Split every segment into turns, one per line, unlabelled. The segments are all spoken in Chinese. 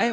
哎，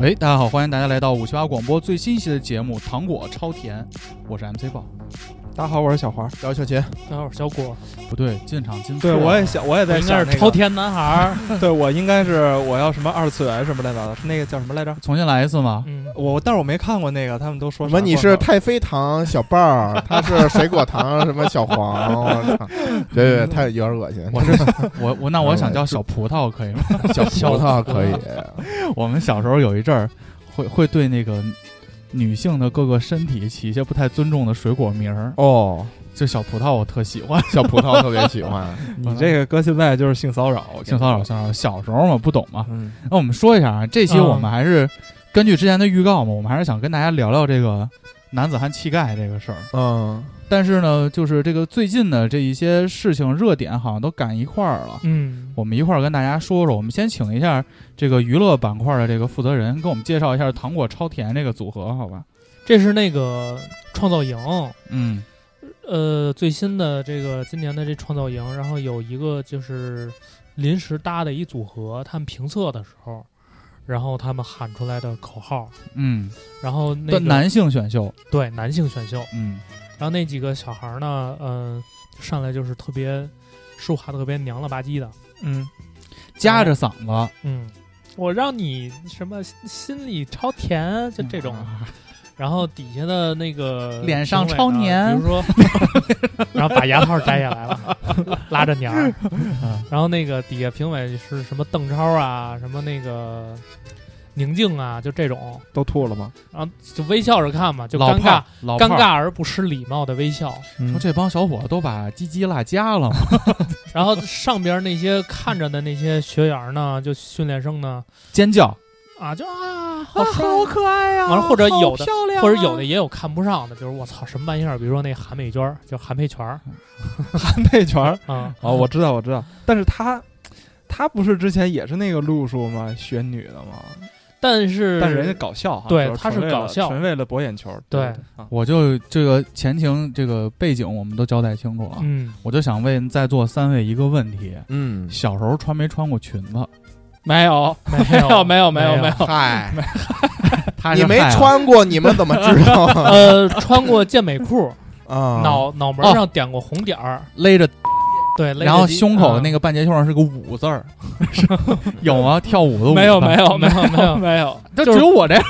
喂，大家好，欢迎大家来到五七八广播最新一期的节目《糖果超甜》，我是 MC 豹，
大家好，我是小华。
聊小琴，
等会儿小果，
不对，进场进
对，
错
我也想，我也在
应该
想、
是超。甜男孩 儿。
对，我应该是我要什么二次元什么来着？那个叫什么来着？
重新来一次嘛。
嗯，
我，但是我没看过那个，他们都说
什
什
么？你是太妃糖小豹 儿，他是水果糖什么小黄？我操！对对，太有点恶心。
我是我我那我想叫小葡萄可以吗？
嗯小葡萄可以，
我们小时候有一阵儿会会对那个女性的各个身体起一些不太尊重的水果名儿，
哦，
就小葡萄我特喜欢。
小葡萄特别喜 欢。
你这个搁现在就是性骚扰，
性骚扰，性骚扰，小时候嘛不懂嘛。
嗯，
那我们说一下啊，这期
嗯
我们还是根据之前的预告嘛，我们还是想跟大家聊聊这个男子汉气概这个事儿。
嗯，
但是呢，就是这个最近的这一些事情热点好像都赶一块儿了。
嗯，
我们一块儿跟大家说说，我们先请一下这个娱乐板块的这个负责人，给我们介绍一下糖果超甜这个组合，好吧？
这是那个创造营，
嗯，
呃，最新的这个今年的这创造营，然后有一个就是临时搭的一组合，他们评测的时候，然后他们喊出来的口号，
嗯，
然后那
对，
个
男性选秀，
对男性选秀，
嗯，
然后那几个小孩儿呢，嗯、上来就是特别说话特别娘了吧唧的，
嗯，
夹着嗓子，
嗯，我让你什么心心里超甜，就这种。
啊
然后底下的那个
脸上
评委呢
超黏
比 如说，然后把牙套摘下来了，拉着黏儿。嗯然后那个底下评委是什么邓超啊，什么那个宁静啊，就这种，
都吐了吗？
然后就微笑着看嘛，就
老
尴
炮
尬
儿，老
尴
炮儿
尬而不失礼貌的微笑。
说
嗯
这帮小伙都把鸡鸡落家了嘛，
然后上边那些看着的那些学员儿呢，就训练生呢，
尖叫，
啊，就啊， 好帅啊
可爱呀
完了或者有的
漂亮啊
或者有的也有看不上的，就是我操什么玩意儿，比如说那韩美娟儿，就韩佩泉儿
韩佩泉儿。
啊，
哦，我知道，我知道，但是他。他不是之前也是那个路数吗？选女的吗？
但是
但是人家搞笑哈，
对
就
他是
纯为了
搞笑
纯为了博眼球。
对
啊，
我就这个前情这个背景我们都交代清楚了，
嗯，
我就想问在座三位一个问题：
嗯，
小时候穿没穿过裙子？
没有没有没有没有没
哦
有，
嗨，
他
你
是
没
害了
穿过，你们怎么知道 啊？
呃，穿过健美裤，
啊，
脑脑门
哦
上点过红点儿，
勒着
对，
然后胸口
啊
那
个
个半截袖上是个五字 儿，是有吗？跳舞的舞
啊没有
吧
没，有没有没有没有，
就
就
只有我这样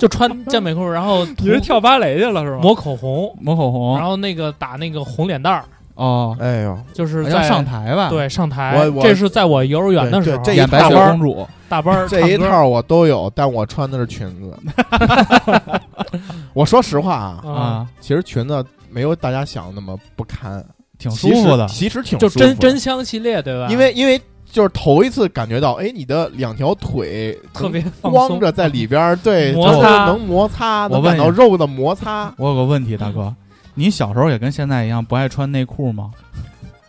就穿健美裤，然后涂
你是跳芭蕾去了是吗？
抹口红，
抹口
然
红
后那个打那个红脸蛋儿，
哦，
哎呦，
就是
要
在
上台吧？，
对上台
我，我
这是在我幼儿园的时候
对这，
演白雪
大班儿
公主，
大班儿
这
唱
一
歌
套我都有，但我穿的是裙 子。我说实话啊，
啊，
啊，
其实裙子没有大家想的那么不堪，
挺舒服的。
其实其实挺
就
舒服的
真真香系列对吧？
因为因为就是头一次感觉到，哎，你的两条腿
特别放松
光着在里边儿，对，
摩
就是
擦
能摩擦，
我
能
问
感
你
到肉的摩擦。
我有个问题，
嗯
大哥，你小时候也跟现在一样不爱穿内裤吗？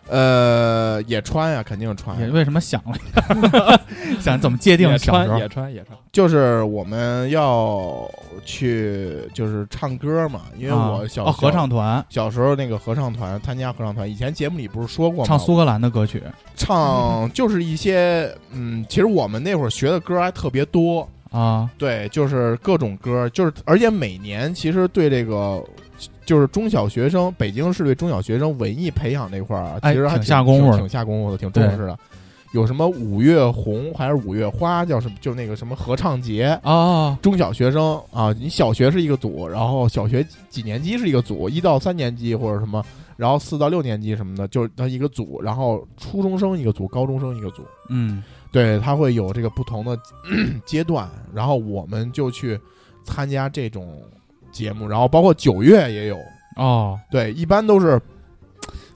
呃，也穿呀、肯定穿
哎
也。为什么想了？ 想怎么界定
也
小时
穿
候
也？穿也穿。
就是我们要去就是唱歌嘛，因为
啊
我小、
哦合唱团
小时候那个合唱团参加合唱团，以前节目里不是说过吗？
唱苏格兰的歌曲
唱就是一些嗯，其实我们那会儿学的歌还特别多，
哦
啊，
对，就是各种歌，就是而且每年其实对这个就是中小学生，北京市对中小学生文艺培养这块儿啊，
哎
其实还
挺下功夫的
挺挺下功夫的，挺重视的。有什么五月红还是五月花，叫什么？就那个什么合唱节。
哦，
中小学生啊，你小学是一个组，然后小学几几年级是一个组，一到三年级或者什么，然后四到六年级什么的，就是他一个组，然后初中生一个组，高中生一个组，
嗯，
对，它会有这个不同的 阶段，然后我们就去参加这种节目，然后包括九月也有，
哦，
对，一般都是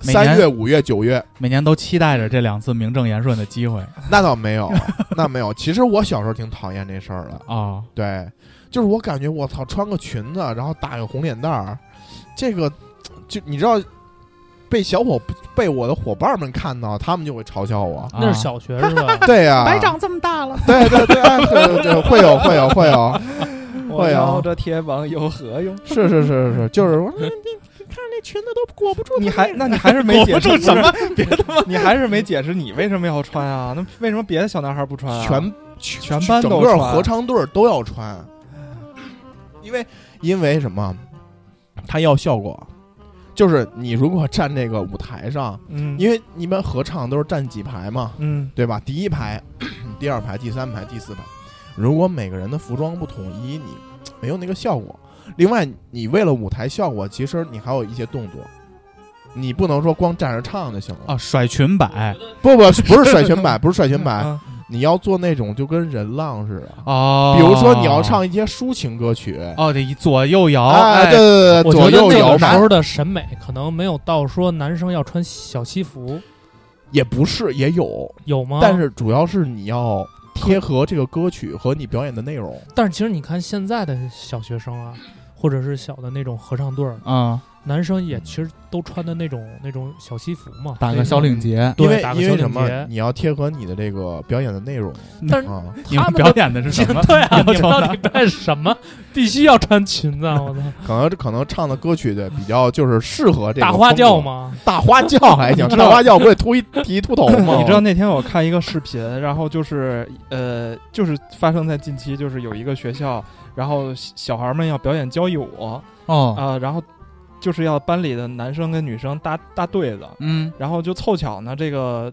每
三
年
月、五月、九月，
每年都期待着这两次名正言顺的机会
那倒没有，那没有。其实我小时候挺讨厌这事儿的，
啊。
对，就是我感觉我操，穿个裙子，然后打个红领带儿，这个就你知道，被小伙被我的伙伴们看到，他们就会嘲笑 我。
那
啊
是小学是吧？
对呀、
白长这么大了，
对对对对对对，会有会有会有，
我
会啊
绕着铁网有何用？
是是是是，就是我说
你还那你还 是没解
裹
释
不住什么，
别他妈，你还还是没解释你为什么要穿啊？那为什么别的小男孩不穿啊？
全
全班
整
都
个
穿
合唱队儿都要穿，因为因为什么？他要效果，就是你如果站这个舞台上，
嗯
因为一般合唱都是站几排嘛，
嗯
对吧？第一排、第二排、第三排、第四排，如果每个人的服装不统一，你没有那个效果。另外，你为了舞台效果，其实你还有一些动作，你不能说光站着唱就行了。
啊，甩裙摆
不不，不是甩裙摆，不是甩裙
嗯
摆，
啊
你要做那种就跟人浪似的。
哦，
比如说你要唱一些抒情歌曲，
哦，得一左右摇，
哎，对对对对，
我觉
左
得
右
那
摇
个时
摆
候的审美可能没有到说男生要穿小西服，
也不是也有，
有吗？
但是主要是你要贴合这个歌曲和你表演的内容。
但是其实你看现在的小学生啊，或者是小的那种合唱队儿，
啊，
男生
嗯
也其实都穿的那种那种小西服嘛。
打个小领结，
对
因为
打个
因
小
为
领
什么
结？
你要贴合你的这个表演的 内容
但是
啊。
你们
他们？
表演的是什么
对啊，
要
你
求
到
大
底干什么？必须要穿裙子啊！我操，
可能可能唱的歌曲的比较就是适合这个
大花
风格
轿？吗？
大花轿还行，大花轿不得秃一剃一秃头
哦
吗？
你知道那天我看一个视频，然后就是呃，就是发生在近期，就是有一个学校，然后小小孩们要表演交谊舞啊、
哦，
然后就是要班里的男生跟女生搭搭对子，
嗯，
然后就凑巧呢，这个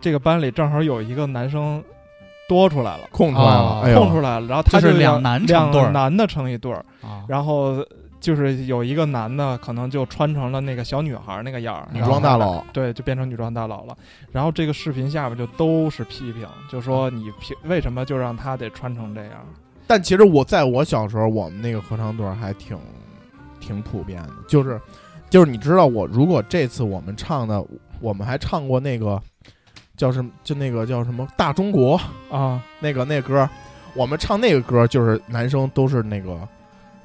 这个班里正好有一个男生多出来了。
空出来了
哦，
哎呦
啊空出来了，然后他
就是
要
两男成
两
对儿
男的成一对儿，
啊
然后就是有一个男的可能就穿成了那个小女孩那个样儿，
女装大佬，
对，就变成女装大佬了。然后这个视频下边就都是批评，就
啊
说你凭为什么就让他得穿成这样？
但其实我在我小时候，我们那个合唱队儿还挺挺普遍的，就是就是你知道我，如果这次我们唱的，我们还唱过那个叫什么，就那个叫什么《大中国》
啊，
那个那歌儿，我们唱那个歌儿就是男生都是那个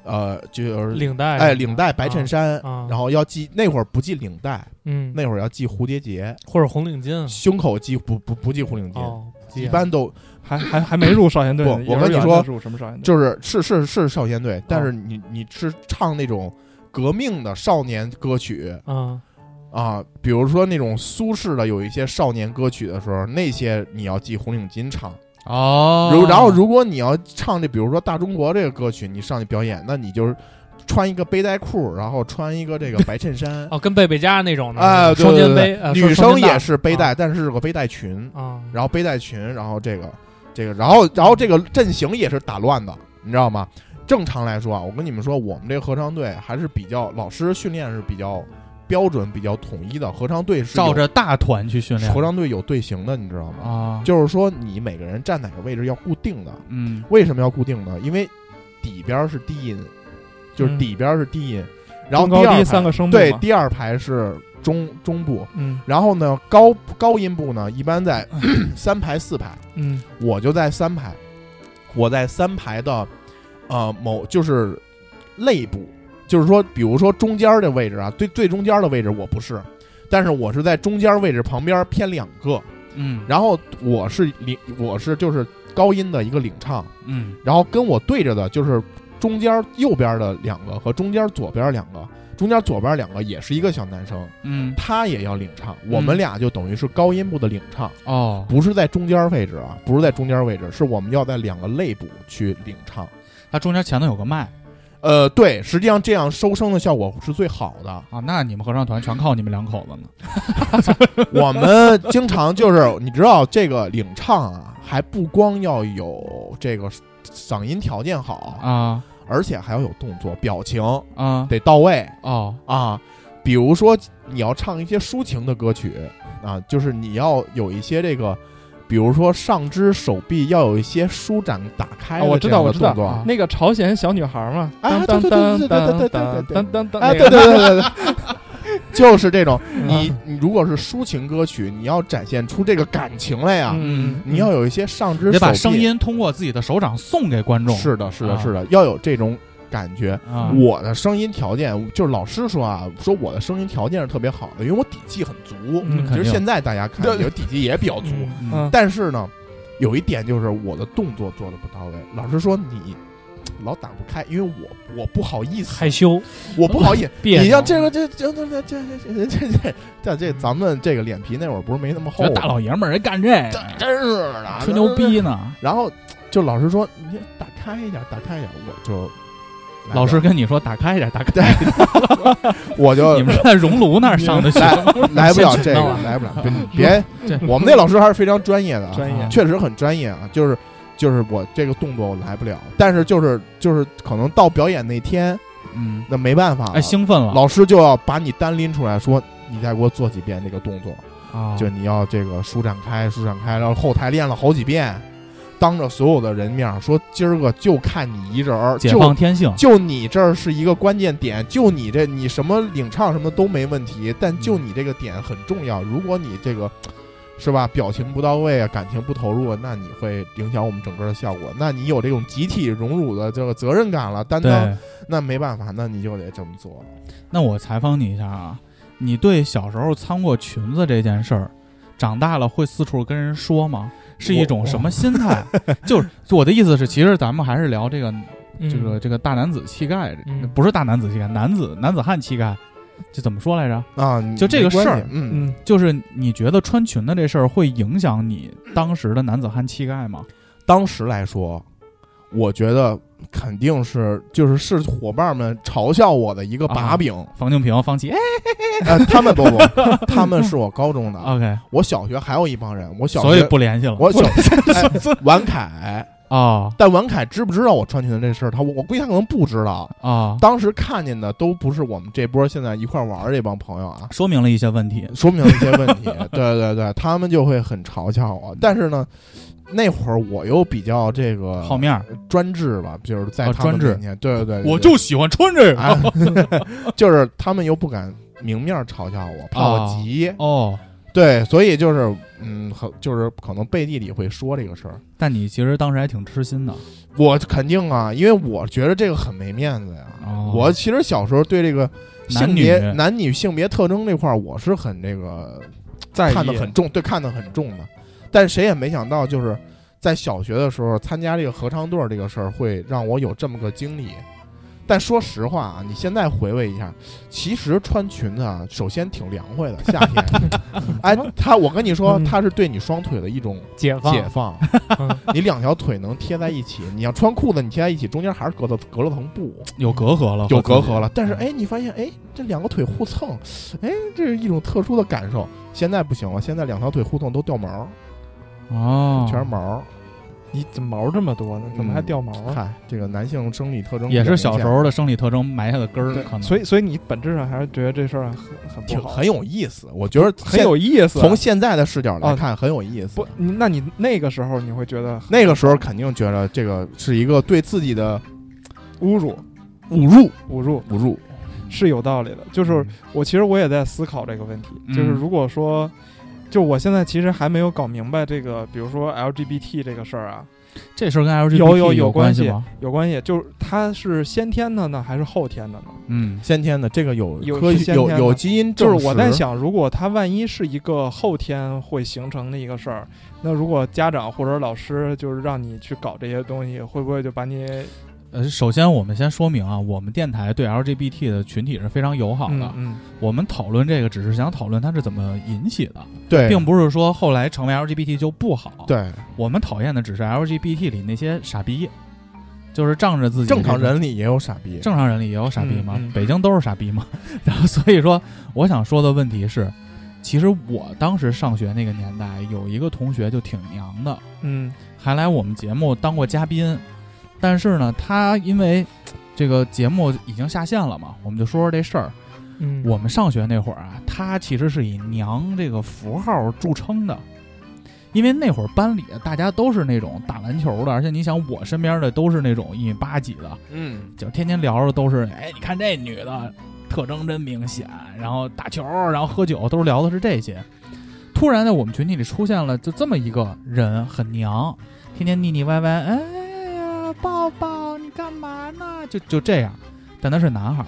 呃，就是
领带
哎领带白衬衫，
啊，
然后要系那会儿不系领带，
嗯，
那会儿要系蝴蝶结，
或者红领巾
胸口系不不不系红领巾，
哦，
一般都
还还还没入少先队呢，
不我
幼儿
跟你
园
说
就入什么少先队？
就是是是是少先队，但
哦
是你你是唱那种革命的少年歌曲
啊，
啊，比如说那种苏式的有一些少年歌曲的时候，那些你要系红领巾唱。
哦，
如然后如果你要唱这，比如说《大中国》这个歌曲，你上去表演，那你就是穿一个背带裤，然后穿一个这个白衬衫
哦，跟贝贝佳那种的
哎对
双
对
肩
对
背，呃
女
双
生
肩带
也是背带，但是是个背带裙，
啊，
然后背带裙，然后这个这个，然后然后这个阵型也是打乱的，你知道吗？正常来说啊，我跟你们说，我们这个合唱队还是比较老师训练是比较标准、比较统一的。合唱队是有
照着大团去训练
合唱队有队形的，你知道吗？
啊，
就是说你每个人站哪个位置要固定的。
嗯
为什么要固定呢？因为底边是低音，就是
嗯
底边是低音，然后
中
第
高
二
低
排
三个声部
对
嘛
第二排是中中部，
嗯
然后呢高高音部呢一般在 三排四排。
嗯
我就在三排，我在三排的呃某就是肋部，就是说，比如说中间儿的位置啊，最最中间儿的位置我不是，但是我是在中间儿位置旁边儿偏两个，
嗯
然后我是领我是就是高音的一个领唱，
嗯
然后跟我对着的就是中间儿右边儿的两个和中间儿左边儿两个，中间儿左边儿两个也是一个小男生，
嗯
他也要领唱，我们
嗯
俩就等于是高音部的领唱。
哦，
不是在中间位置啊，不是在中间位置，是我们要在两个肋部去领唱。
它中间前头有个麦。
呃，对，实际上这样收声的效果是最好的
啊，那你们合唱团全靠你们两口子呢
我们经常就是，你知道这个领唱啊，还不光要有这个嗓音条件好，
啊
而且还要有动作、表情
啊
得到位
哦
啊。比如说你要唱一些抒情的歌曲啊，就是你要有一些这个，比如说上肢、手臂要有一些舒展、打开
啊我
的
知
这
道
样
我
的
知道
动作。
那个朝鲜小女孩嘛，
啊
当
对对对对对对对对对嗯
当当当当当当当，
哎，
那个
对对对对对， 就是这种，
嗯
嗯
你你如果是抒情歌曲，你要展现出这个感情来呀，
嗯，
你要有一些上肢
得把
手
声
臂
音通过自己的手掌送给观众。
是的，是的，
啊
是的，要有这种感觉。
啊，
我的声音条件，就是老师说啊，说我的声音条件是特别好的，因为我底气很足。
嗯
其
肯
实
定
现在大家看，
对
有底气也比较足，
嗯
但是呢，有一点就是我的动作做的不到位。老师说你老打不开，因为我我不好意思，
害羞
我不好意思。
别扭
你像这个这这这这这这这这这这咱们这个脸皮那会儿不是没那么
嗯觉
厚
得，大老爷们儿人干这
真
个
真是的，
吹牛逼呢。
然后就老师说你打开一点，打开一点，我就来
老 师
不
跟你说打开一点，打 开。
我就
你们是在熔炉那儿上的学，
来来不了
先
这
弄
个
啊，
来不了，别别
对，
我们那老师还是非常专业的啊，
专业
啊
确实很专业啊，就是就是我这个动作我来不了，但是就是就是可能到表演那天，
嗯，
那没办法了，
哎，兴奋了，
老师就要把你单拎出来说。你再给我做几遍这个动作，
啊
就你要这个舒展开，舒展开，然后后台练了好几遍，当着所有的人面儿说，今儿个就看你一人儿，
解
就
放天性，
就你这儿是一个关键点，就你这你什么领唱什么都没问题，但就你这个点很重要。如果你这个是吧，表情不到位啊，感情不投入，那你会影响我们整个的效果。那你有这种集体荣辱的这个责任感了，担当，
对。
那没办法，那你就得这么做。
那我采访你一下啊，你对小时候穿过裙子这件事儿，长大了会四处跟人说吗？是一种什么心态？ 就是我的意思是，其实咱们还是聊这
嗯
个这个这个大男子气概，
嗯
不是大男子气概，男子男子汉气概，这怎么说来着？
啊，你
就这个事儿
没关系嗯，
嗯
就是你觉得穿裙子这事儿会影响你当时的男子汉气概吗？
当时来说，我觉得肯定是就是是伙伴们嘲笑我的一个把
啊
柄。
房静平、方琦，哎
呃，他们不不，他们是我高中 的
，OK，
我小学还有一帮人，我小学
所以不联系了。
我小 哎王凯，
啊
但王凯知不知道我穿裙子这事儿？他我我估计他可能不知道。
啊，
当时看见的都不是我们这波现在一块玩儿这帮朋友啊，
说明了一些问题。
说明了一些问题。对对对，他们就会很嘲笑我。但是呢，那会儿我又比较这个
好面儿，
专制吧，就是在
哦
他们
专制
面前，对对对，对
喜欢穿这
哎，
哦
就是他们又不敢明面儿嘲笑我，怕我急。
哦。
对，所以就是嗯，很就是可能背地里会说这个事儿。
但你其实当时还挺痴心的。
我肯定啊，因为我觉得这个很没面子呀。
哦
我其实小时候对这个性
男女
别男女性别特征这块儿，我是很这个
在意
看得很重，对，看得很重的。但谁也没想到，就是在小学的时候参加这个合唱队儿这个事儿，会让我有这么个经历。但说实话啊，你现在回味一下，其实穿裙子啊，首先挺凉快的，夏天。哎，他，我跟你说，
嗯
他是对你双腿的一种
解放
解放
嗯，
你两条腿能贴在一起。你要穿裤子，你贴在一起，中间还是隔了隔了层布，
有隔阂
哦
了，
有
和自
隔
己
阂了。但是
嗯
哎，你发现哎，这两个腿互蹭，哎，这是一种特殊的感受。现在不行了，现在两条腿互蹭都掉毛，
哦，
全是毛。
你怎么毛这么多呢？怎么还掉毛啊？
嗨，哦这个男性生理特征
也
比较
是小
明
时
显
候的生理特征埋下的根儿，可能
所以所以你本质上还是觉得这事儿很很
挺
不好，
很有意思，我觉得
很有意思。啊
现。从现在的视角来
哦
看，很有意思
不。，你那你那个时候你会觉得很
那个时候肯定觉得这个是一个对自己的
侮辱
侮辱，
侮辱
侮辱。
是有道理的。就是我其实我也在思考这个问题，就是
嗯
如果说，就我现在其实还没有搞明白这个，比如说 LGBT 这个事儿啊，
这事儿跟 LGBT
有有有
有
关系
系吗？
有关系，就是它是先天的呢还是后天的呢？
嗯，
先天的这个有
有
科
是
学
先
有
天
有
的
基因证实，
就是我在想，如果它万一是一个后天会形成的一个事儿，那如果家长或者老师就是让你去搞这些东西，会不会就把你
呃，首先我们先说明啊，我们电台对 LGBT 的群体是非常友好的。
嗯
我们讨论这个只是想讨论它是怎么引起的，
对，
并不是说后来成为 LGBT 就不好。，
对
我们讨厌的只是 LGBT 里那些傻逼，就是仗着自己
正常
这个
人里也有傻逼，
正常人里也有傻逼嘛，
嗯嗯
北京都是傻逼嘛。 然后所以说，我想说的问题是，其实我当时上学那个年代，有一个同学就挺娘的，
嗯
还来我们节目当过嘉宾。但是呢，他因为这个节目已经下线了嘛，我们就说说这事儿。
嗯
我们上学那会儿啊，他其实是以“娘”这个符号著称的，因为那会儿班里大家都是那种打篮球的，而且你想，我身边的都是那种一米八几的，
嗯
就是天天聊着都是，哎，你看这女的，特征真明显，然后打球，然后喝酒，都是聊的是这些。突然在我们群体里出现了就这么一个人，很娘，天天腻腻歪歪，哎呀，抱抱，你干嘛呢？就就这样，但他是男孩儿。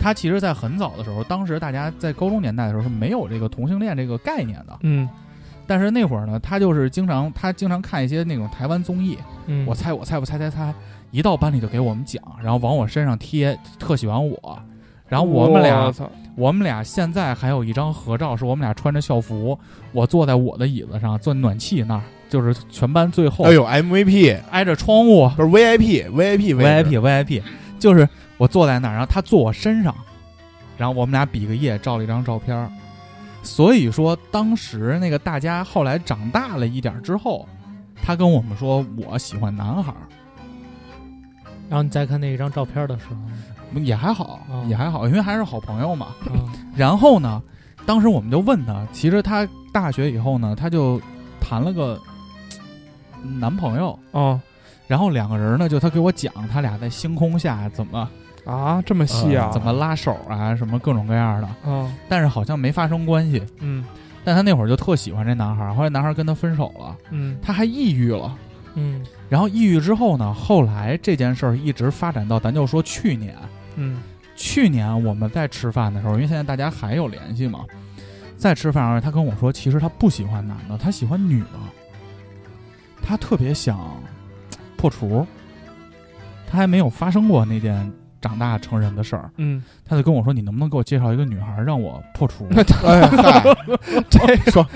他其实，在很早的时候，当时大家在高中年代的时候是没有这个同性恋这个概念的。
嗯
但是那会儿呢，他就是经常，他经常看一些那种台湾综艺，
嗯，
我猜我猜我猜猜猜，一到班里就给我们讲，然后往我身上贴，特喜欢我。然后我们俩，
操
我们俩现在还有一张合照，是我们俩穿着校服，我坐在我的椅子上，坐暖气那儿，就是全班最后，
哎呦，MVP
挨着窗户
不是 VIP，VIP 位
VIP
置
VIP，就是我坐在那儿，然后他坐我身上，然后我们俩比个耶，照了一张照片儿。所以说，当时那个大家后来长大了一点儿之后，他跟我们说我喜欢男孩儿，
然后你再看那一张照片的时候，
也还好
哦，
也还好，因为还是好朋友嘛。
啊，
然后呢，当时我们就问他，其实他大学以后呢，他就谈了个嘖男朋友，
啊
然后两个人呢，就他给我讲他俩在星空下怎么
啊，这么细啊？
嗯怎么拉手啊，什么各种各样的，
啊？
但是好像没发生关系。
嗯
但他那会儿就特喜欢这男孩儿，后来男孩儿跟他分手了，
嗯
他还抑郁了。
嗯
然后抑郁之后呢，后来这件事儿一直发展到咱就说去年，
嗯
去年我们在吃饭的时候，因为现在大家还有联系嘛，在吃饭的时候，他跟我说，其实他不喜欢男的，他喜欢女的，他特别想嘖破除，他还没有发生过那件长大成人的事儿，
嗯，
他就跟我说，你能不能给我介绍一个女孩儿让我破除？
哎 嗨，这说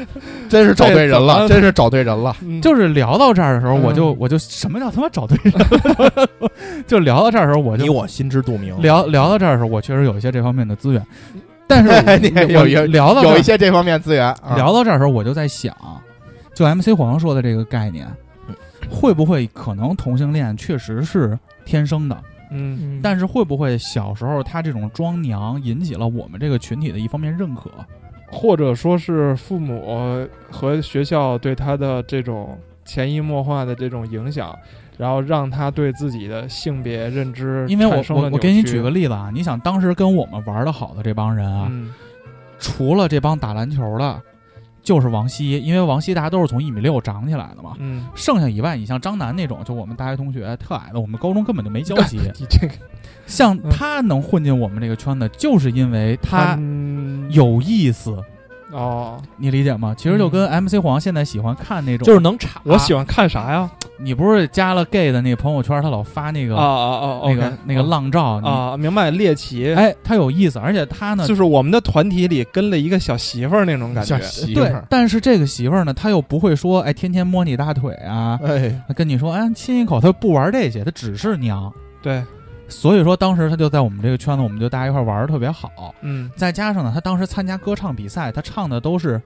真是找对人了，真是找对人了。
就是聊到这儿的时候，
嗯
我就我就什么叫他妈找对人？ 就聊到这儿的时候，我
你
就
我心知肚明，
聊聊到这儿的时候，我确实有一些这方面的资源，但是我
你有
我
有
聊到这儿
有一些这方面资源啊。
聊到这儿的时候，我就在想，就 MC 黄说的这个概念，
嗯
会不会可能同性恋确实是天生的，
嗯
嗯，
但是会不会小时候他这种装娘引起了我们这个群体的一方面认可？
或者说是父母和学校对他的这种潜移默化的这种影响，然后让他对自己的性别认知
因为我
产生了
我我
扭
给你
曲
举个例子啊，你想当时跟我们玩的好的这帮人啊，
嗯
除了这帮打篮球的，就是王希，因为王希大家都是从一米六长起来的嘛。
嗯，
剩下以外，你像张楠那种，就我们大学同学特矮的，我们高中根本就没交集。
你这个
像他能混进我们这个圈子，就是因为他
嗯
有意思，
哦，
你理解吗？其实就跟 MC 黄现在喜欢看那种，
就是能查，
我喜欢看啥呀？
你不是加了 gay 的那个朋友圈，他老发那个、
啊啊啊，
那个
OK，
那个
啊
浪照，你
啊，明白猎奇。
哎，他有意思，而且他呢，
就是我们的团体里跟了一个小媳妇儿那种感觉
小，媳妇
对
儿，，
但是这个媳妇儿呢，她又不会说，哎，天天摸你大腿啊，
哎，
他跟你说，哎，亲一口，他不玩这些，他只是娘。
对，
所以说，当时他就在我们这个圈子，我们就大家一块玩的特别好。
嗯
再加上呢，他当时参加歌唱比赛，他唱的都是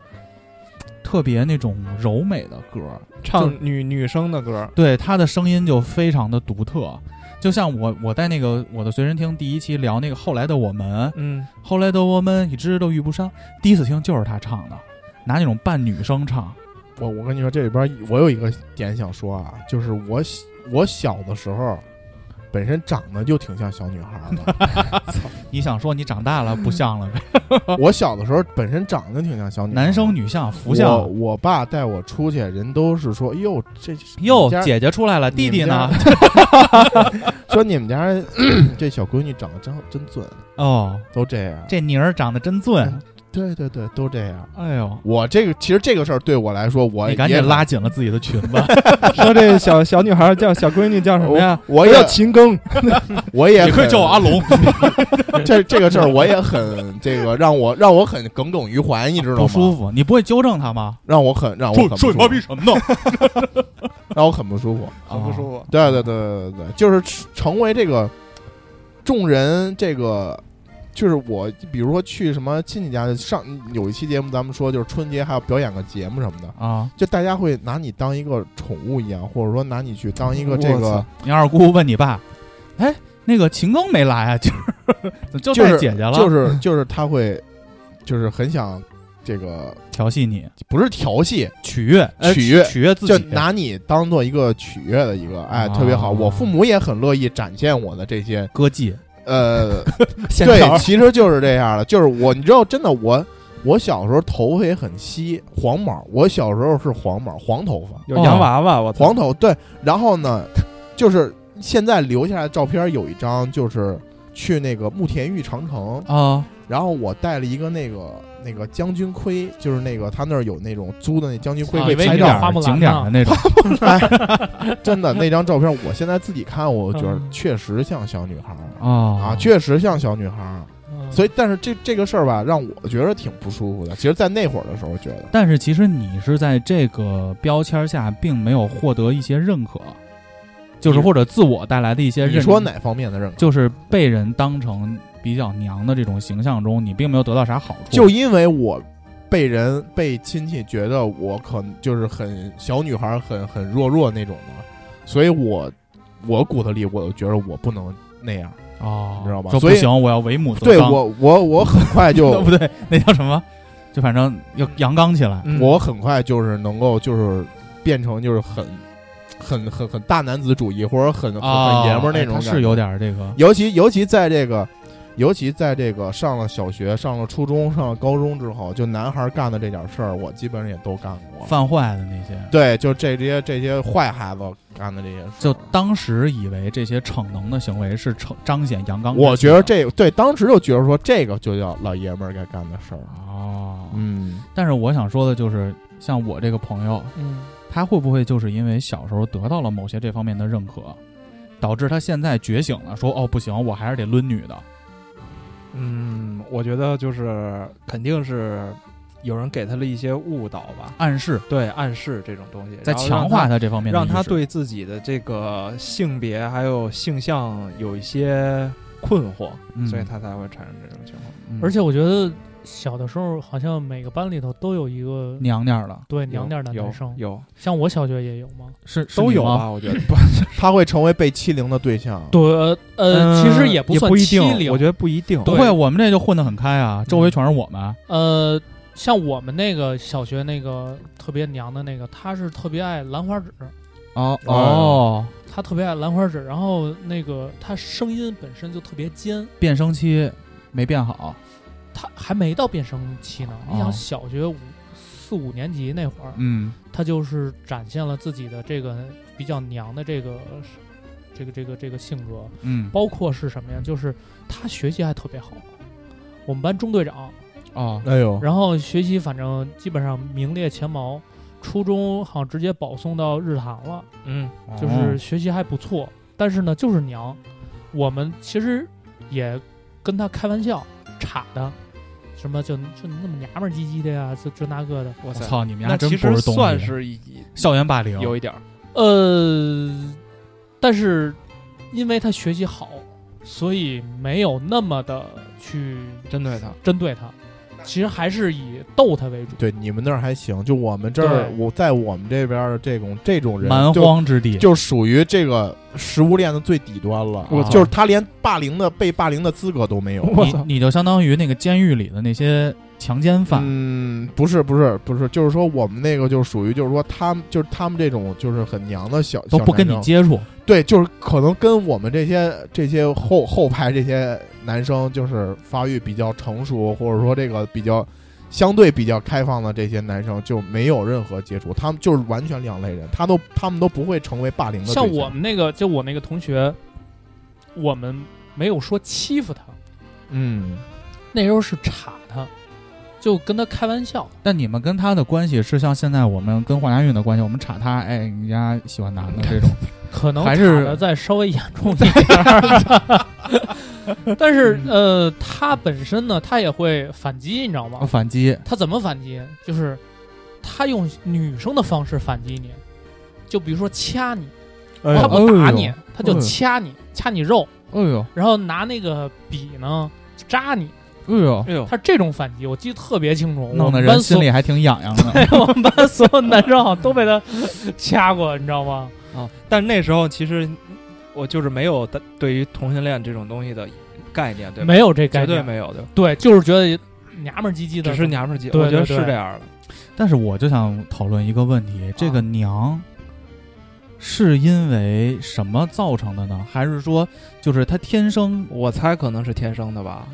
特别那种柔美的歌，
唱
就
女女生的歌，
对他的声音就非常的独特。就像我我在那个我的随身听第一期聊那个后来的我们，
嗯
后来的我们一直都遇不上，第一次听就是他唱的，拿那种扮女生唱，
我我跟你说，这里边儿我有一个点想说啊，就是我小我小的时候，本身长得就挺像小女孩儿 的。
你想说你长大了不像了呗？
我小的时候本身长得挺像小女孩儿的，
男生女相福
嗯我
相，
我爸带我出去，人都是说，哟，这是
哟
你家，
姐姐出来了，弟弟呢？
你 说你们家 这小闺女长得真真俊，
哦，
都这样。
这妮儿长得真俊
嗯。对对对，都这样。
哎呦，
我这个其实这个事儿对我来说，我
你赶
哎也
紧
很
拉紧了自己的裙 子。
说这小小女孩叫小闺女叫什么呀？
我 也
叫秦庚，
我也很
龙。
这这个事儿我也很这个让我让我很耿耿于怀，你知道吗？
不舒服，你不会纠正他吗？
让我很让我很不舒服，
什么呢？
让我很不舒服。
啊
很不舒服。
对对对对对对，就是成为这个众人这个，就是我比如说去什么亲戚家上有一期节目，咱们说就是春节还要表演个节目什么的，
啊！
就大家会拿你当一个宠物一样，或者说拿你去当一个这
我
个
操，
你二姑问你爸，哎，那个秦庚没来啊？就是就
就
带
是
姐姐了，
就是就是他会就是很想这个
调戏你，
不是调戏，
取悦呃
取悦
取悦自
就
己。
拿你当做一个取悦的一个，哎，
啊
特别好。我父母也很乐意展现我的这些
歌妓
呃，
现
对，其实就是这样的，就是我，你知道，真的我。我小时候头发也很稀，黄毛。我小时候是黄毛，黄头发，
有洋娃娃，我操
黄头对。然后呢，就是现在留下来的照片有一张，就是去那个慕田峪长城，
啊，
然后我带了一个那个那个将军盔，就是那个他那儿有那种租的那将军盔
啊
被
以为
拍
你
照
俩花
点
木兰
景点的 那种，
真的那张照片，我现在自己看，我觉得
嗯哦
确实像小女孩儿
啊
啊，确实像小女孩儿。
嗯
所以，但是这这个事儿吧，让我觉得挺不舒服的。其实，在那会儿的时候，觉得
但是其实你是在这个标签下，并没有获得一些认可，就是
你
或者自我带来的一些认。
你说？哪方面的认可？
就是被人当成比较娘的这种形象中，你并没有得到啥好处。
就因为我被人被亲戚觉得我可能就是很小女孩儿，很很弱弱那种的，所以我我骨头里我觉得我不能那样，
哦，
你知道吧
说不
所以
行，我要为母则
对
刚，
我我我很快就
对不对？ 那叫什么？就反正要阳刚起来。
嗯
我很快就是能够就是变成就是很很很很大男子主义或者很很
啊，
很嗯爷们儿那
哎他
种感觉、
是有点儿这个
尤其尤其在这个，尤其在这个上了小学、上了初中、上了高中之后，就男孩干的这点事儿，我基本上也都干过。
犯坏的那些，
对，就这些这些坏孩子干的这些事儿，
就当时以为这些逞能的行为是逞彰显阳刚之气的。
我觉得这对当时就觉得说这个就叫老爷们儿该干的事儿。
哦，
嗯，
但是我想说的就是，像我这个朋友，
嗯
他会不会就是因为小时候得到了某些这方面的认可，导致他现在觉醒了，说哦不行，我还是得抡女的。
嗯，我觉得就是肯定是有人给他了一些误导吧，
暗示
对暗示这种东西，
在
然后
强
让他
化他这方面的
让
意识，
他对自己的这个性别还有性向有一些困惑，
嗯
所以他才会产生这种情况。
嗯
而且我觉得小的时候好像每个班里头都有一个
娘娘了，
对娘点儿的
有
男生，
有
像我小学也有吗？
是是
都
你
有
吗
吧？我觉得不，
他会成为被欺凌的对象。
对，呃，
嗯
其实也不
不
算
一
欺
定，
凌，
我觉得不一定。
不会，我们这就混得很开啊，周围全是我
嗯
们。
呃，像我们那个小学那个特别娘的那个，她是特别爱兰花指，
哦
哦
哦，
她特别爱兰花指，然后那个她声音本身就特别尖，
嗯
变声期没变好，
她还没到变声期呢。你
哦
想小学五四五年级那会儿，
嗯，
她就是展现了自己的这个比较娘的这个这个这个这个性格，
嗯，
包括是什么呀？就是她学习还特别好，我们班中队长。
哦，
哎呦，
然后学习反正基本上名列前茅，初中好像直接保送到日坛了，
嗯，
哦
就是学习还不错，但是呢就是娘。我们其实也跟他开玩笑，插的，什么就就那么娘们儿唧唧的呀，这这那个的。
我
我
操，
操，你们
那
家真
其
不
实
是东西
算是一
校园霸凌，
有一点儿，
呃，但是因为他学习好，所以没有那么的去
针对他。
针对他，其实还是以逗他为主。
对，你们那儿还行，就我们这儿，
对
我在我们这边儿的这种这种人，
蛮
就
荒之地，
就属于这个食物链的最底端了。
我操
就是他连霸凌的被霸凌的资格都没 有。
我操
啊你你就相当于那个监狱里的那些强奸犯，
嗯，不是不是不是，就是说我们那个就属于就是说他们就是他们这种就是很娘的小
都不跟你，
小男生
接触，
对，就是可能跟我们这些这些后后排这些男生就是发育比较成熟，或者说这个比较。相对比较开放的这些男生就没有任何接触，他们就是完全两类人，他都他们都不会成为霸凌的对象。
像我们那个，就我那个同学，我们没有说欺负他，
嗯，
那时候是插他，就跟他开玩笑。
但你们跟他的关系是像现在我们跟黄家韵的关系，我们查他，哎，你家喜欢男的这种，
可能
还是
插得再稍微严重一点 儿，但是呃，他本身呢，他也会反击，你知道
啊
吗？
反击，
他怎么反击？就是他用女生的方式反击你，就比如说掐你，
哎
他不打
哎呦
你，他就
哎呦
掐你，掐你肉，
哎呦，
然后拿那个笔呢扎你，
哎呦，
哎呦，
他这种反击我记得特别清楚，我
弄得
们
人
班所
心里还挺痒痒的。
我们班所 有男生好像都被他掐过，你知道吗？
啊，但那时候其实我就是没有的对于同性恋这种东西的概念，对吧？
没有这概
绝对
念，
没有的，
对，就是觉得娘们儿唧唧的，
只是娘们儿级，
对
我觉得
对
是
对
这样的。
但是我就想讨论一个问题，这个娘是因为什么造成的呢？还是说就是他天生
我猜可能是天生的吧。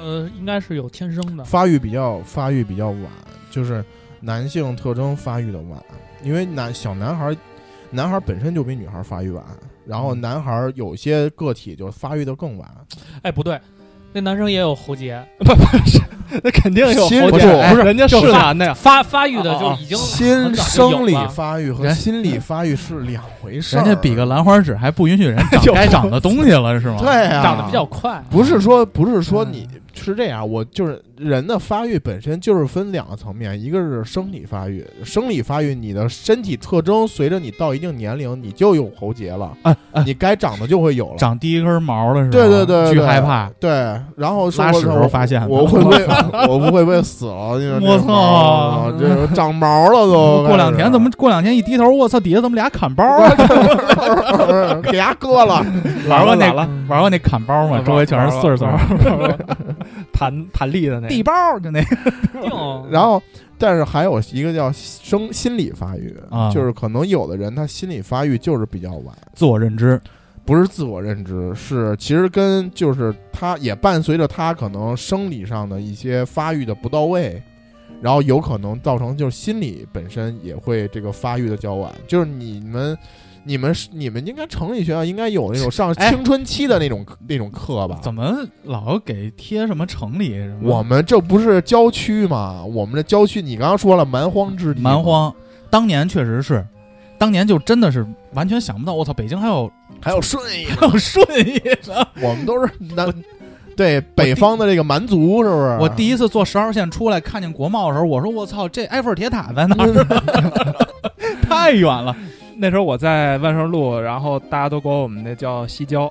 呃，应该是有天生的，
发育比较发育比较晚，就是男性特征发育的晚，因为男小男孩儿，男孩儿本身就比女孩儿发育晚，然
嗯
后男孩儿有些个体就发育的更晚。
哎，不对，那男生也有喉结，
那肯定有
心
喉
不
结，
是
哎
不是
人家是
是男的呀？
发发育的就已经
心
很早就有
生理
了
发育和
人嗯
心理发育是两回事儿。
人家比个兰花指还不允许人长
有
该长的东西了是吗？
对啊，
长得比较快，
不是说不是
嗯
说你是这样，我就是人的发育本身就是分两个层面，一个是生理发育，生理发育你的身体特征随着你到一定年龄你就有喉结了，
哎哎，
你该长的就会有了。
长第一根毛了是吧？
对对对，
巨
对
害怕。
对，然后说
拉屎
我
时候发现的
我会不会我不会不会死了？你说这
我操
毛了这长毛了都。
过两天 怎么过两天一低头，我操，底下怎么俩砍包啊？
给牙割了？
玩过那
完了
玩过那砍包吗？周围全是穗穗儿，
弹弹力的那
地
个。
包就那
定哦
然后，但是还有一个叫生心理发育
啊，
就是可能有的人他心理发育就是比较晚，
自我认知，
不是自我认知，是其实跟就是他也伴随着他可能生理上的一些发育的不到位，然后有可能造成就是心理本身也会这个发育的较晚，就是你们。你们是你们应该城里学校应该有那种上
哎
青春期的那种、那种课吧？
怎么老给贴什么城里什么
我们这不是郊区吗？我们这郊区，你刚刚说了蛮荒之地，
蛮。荒？当年确实是，当年就真的是完全想不到，我操，北京还有
还有顺义，
还有顺义呢。
我们都是南，对北方的这个蛮族是不是？
我第一次坐十号线出来，看见国贸的时候，我说我操，这埃菲尔铁塔在哪儿？太远了，
那时候我在万盛路，然后大家都管我们那叫西郊，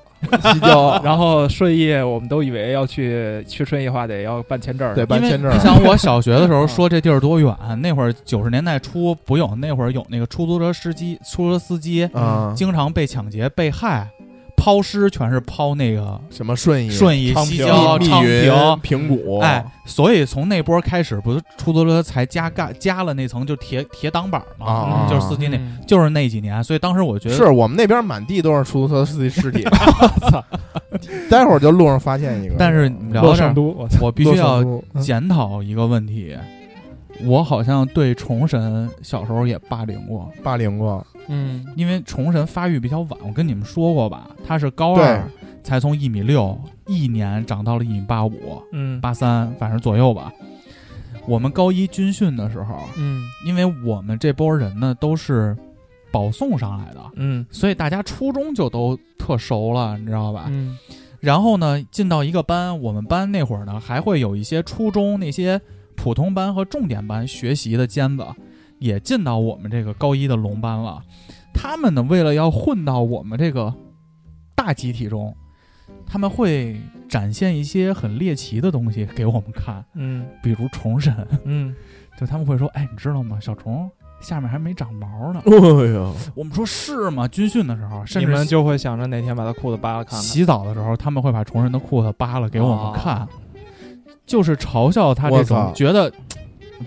西郊，
然后顺义我们都以为要去去顺义的话得要办签证儿，
对办
因为
签证儿
你， 想，我小学的时候说这地儿多远，那会儿九十年代初不有那会儿有那个出租车司机，出租车司机
啊，
经常被抢劫、被害、抛尸，全是抛那个
什么顺义、
顺义、
昌
西
平
郊、
密
昌平
云、。平谷，
哎，，所以从那波开始，不是出租车才加盖加了那层就铁铁挡板嘛，哦
啊
就是司机那，
嗯
就是那几年。所以当时我觉得
是我们那边满地都是出租车司机尸 体，待会儿就路上发现一个。
但是你聊
洛
到这
圣
儿，
都，我操，
我必
洛
须
圣
要
都
检讨一个问题，我好像对虫神小时候也霸凌过，
霸凌过，
嗯，
因为虫神发育比较晚，我跟你们说过吧，他是高二才从一米六一年长到了一米八五、
嗯，
八三，反正左右吧。我们高一军训的时候，
嗯
因为我们这波人呢都是保送上来的，
嗯
所以大家初中就都特熟了，你知道吧？
嗯
然后呢，进到一个班，我们班那会儿呢，还会有一些初中那些普通班和重点班学习的尖子，也进到我们这个高一的龙班了。他们呢，为了要混到我们这个大集体中，他们会展现一些很猎奇的东西给我们看，
嗯
比如虫神，
嗯，
就他们会说：“哎，你知道吗？小虫下面还没长毛呢。
哎呦，”
我们说：“是吗？”军训的时候，甚
你
至
们就会想着哪天把他裤子扒了看看，
洗澡的时候，他们会把虫人的裤子扒了给我们看，就是嘲笑他这
我操
种觉得嘖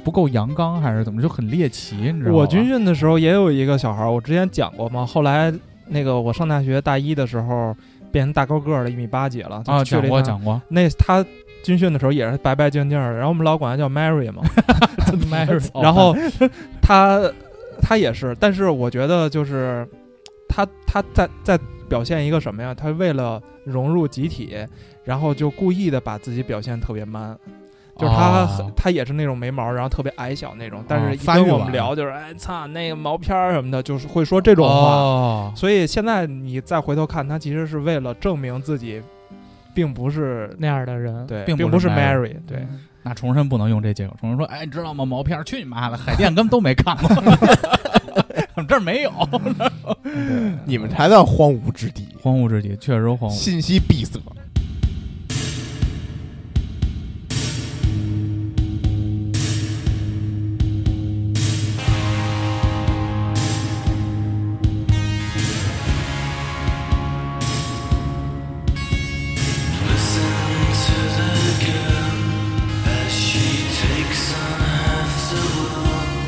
不够阳刚还是怎么，就很猎奇，你知道吗？
我军训的时候也有一个小孩儿，我之前讲过嘛。后来那个我上大学大一的时候，变成大高个儿了，一米八几了。就
啊，
去了
讲
一
过
趟
讲过，
那他军训的时候也是白白净净的，然后我们老管他
哦
叫 Mary 嘛。
，Mary，
然后他他也是，但是我觉得就是他他在在表现一个什么呀？他为了融入集体，然后就故意的把自己表现特别 man。就是他
啊
很、他也是那种没毛，然后特别矮小那种，但
啊
是一
发
跟
育
我们
晚
聊就是，哎操，那个毛片儿什么的，就是会说这种话。
哦，
所以现在你再回头看，他其实是为了证明自己，并不是
那样的人，
对，
并
并
不
不
是 Mary 嗯
Mary，对，
那虫神不能用这借口。虫神说：“哎，你知道吗？毛片儿，去你妈的！海淀根本都没看过， 我们这儿没有。
你们才叫荒芜之地，
荒芜之地确实荒芜。
信息闭塞。
Listen to the girl as she takes on half the world,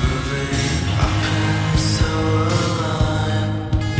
moving up and so alive.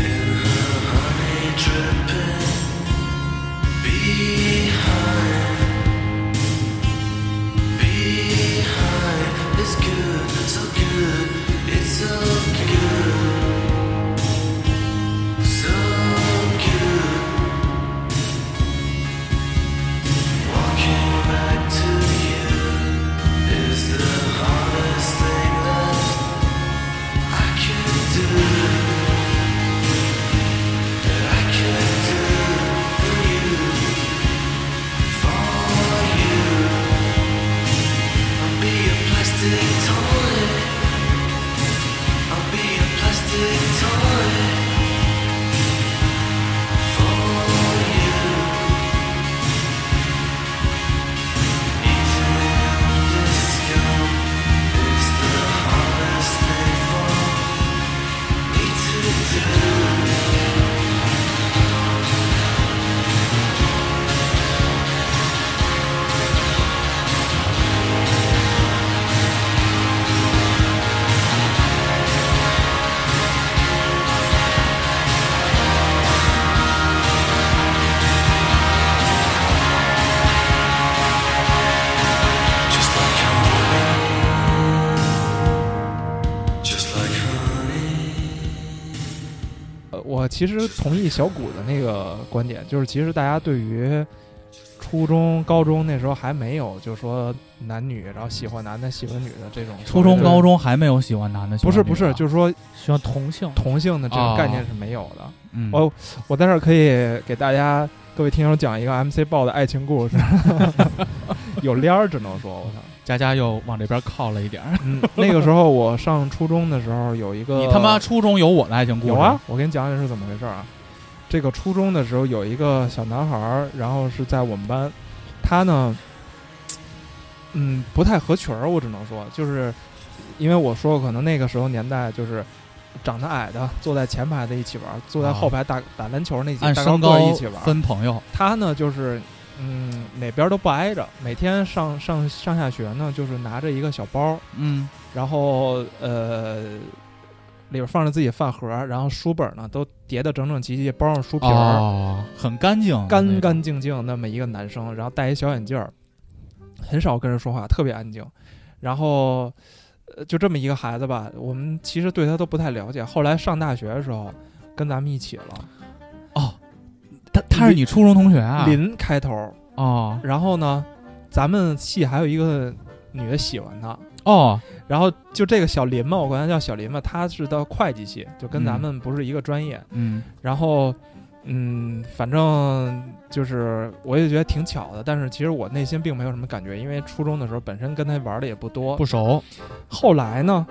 呃我其实同意小谷的那个观点，就是其实大家对于初中、高中那时候还没有，就说男女，然后喜欢男的、喜欢女的这种
初中、
对
高中还没有喜欢男的，喜
不
欢
是
女的
不是，就是说
喜欢同性，
同性的这
哦
种概念是没有的。
嗯
哦我在这儿可以给大家各位听友讲一个 MC 报的爱情故事， 有帘儿只能说，我操。
佳佳又往这边靠了一点儿。
嗯， 那个时候我上初中的时候有一个，
你他妈初中有我的爱情故事
有啊！？我给你讲讲是怎么回事儿啊。这个初中的时候有一个小男孩儿，然后是在我们班，他呢，嗯，不太合群儿，我只能说，就是因为我说可能那个时候年代就是长得矮的坐在前排的一起玩儿，坐在
啊
后排打、打篮球那几
按
大高
身
个儿
高
一起玩儿，
分朋友，
他呢就是嗯哪边儿都不挨着，每天上上上下学呢就是拿着一个小包儿，
嗯，
然后呃，里边放着自己饭盒，然后书本呢都叠得整整齐齐，包上书皮儿，
哦，很干净，
干干净净那么一个男生，然后戴一小眼镜儿，很少跟人说话，特别安静。然后呃就这么一个孩子吧，我们其实对他都不太了解。后来上大学的时候，跟咱们一起了，
哦。他他是你初中同学啊？
林开头，
哦
然后呢，咱们系还有一个女的喜欢他，
哦，
然后就这个小林嘛，我管他叫小林嘛，他是到会计系，就跟咱
嗯
们不是一个专业。
嗯
然后，嗯，反正就是我也觉得挺巧的，但是其实我内心并没有什么感觉，因为初中的时候本身跟他玩的也不多。
不熟，
后来呢，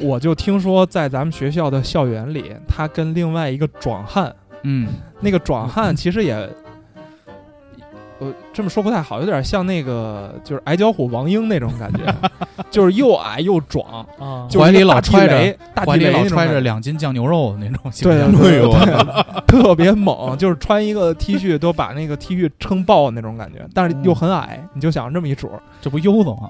我就听说在咱们学校的校园里，他跟另外一个壮汉，
嗯
那个壮汉其实也，呃，这么说不太好，有点像那个就是矮脚虎王英那种 感觉，就是又矮又壮。
啊，
就是
怀
一个
里老
大地
揣着
雷，大
怀
地
里
雷
老
那种
揣
感
着
觉
两斤酱牛肉那种形
对
象，
对
呦
对，特别猛，就是穿一个 T 恤都把那个 T 恤撑爆那种感觉，但是
嗯
又很矮，你就想这么一主儿，
这不悠子吗？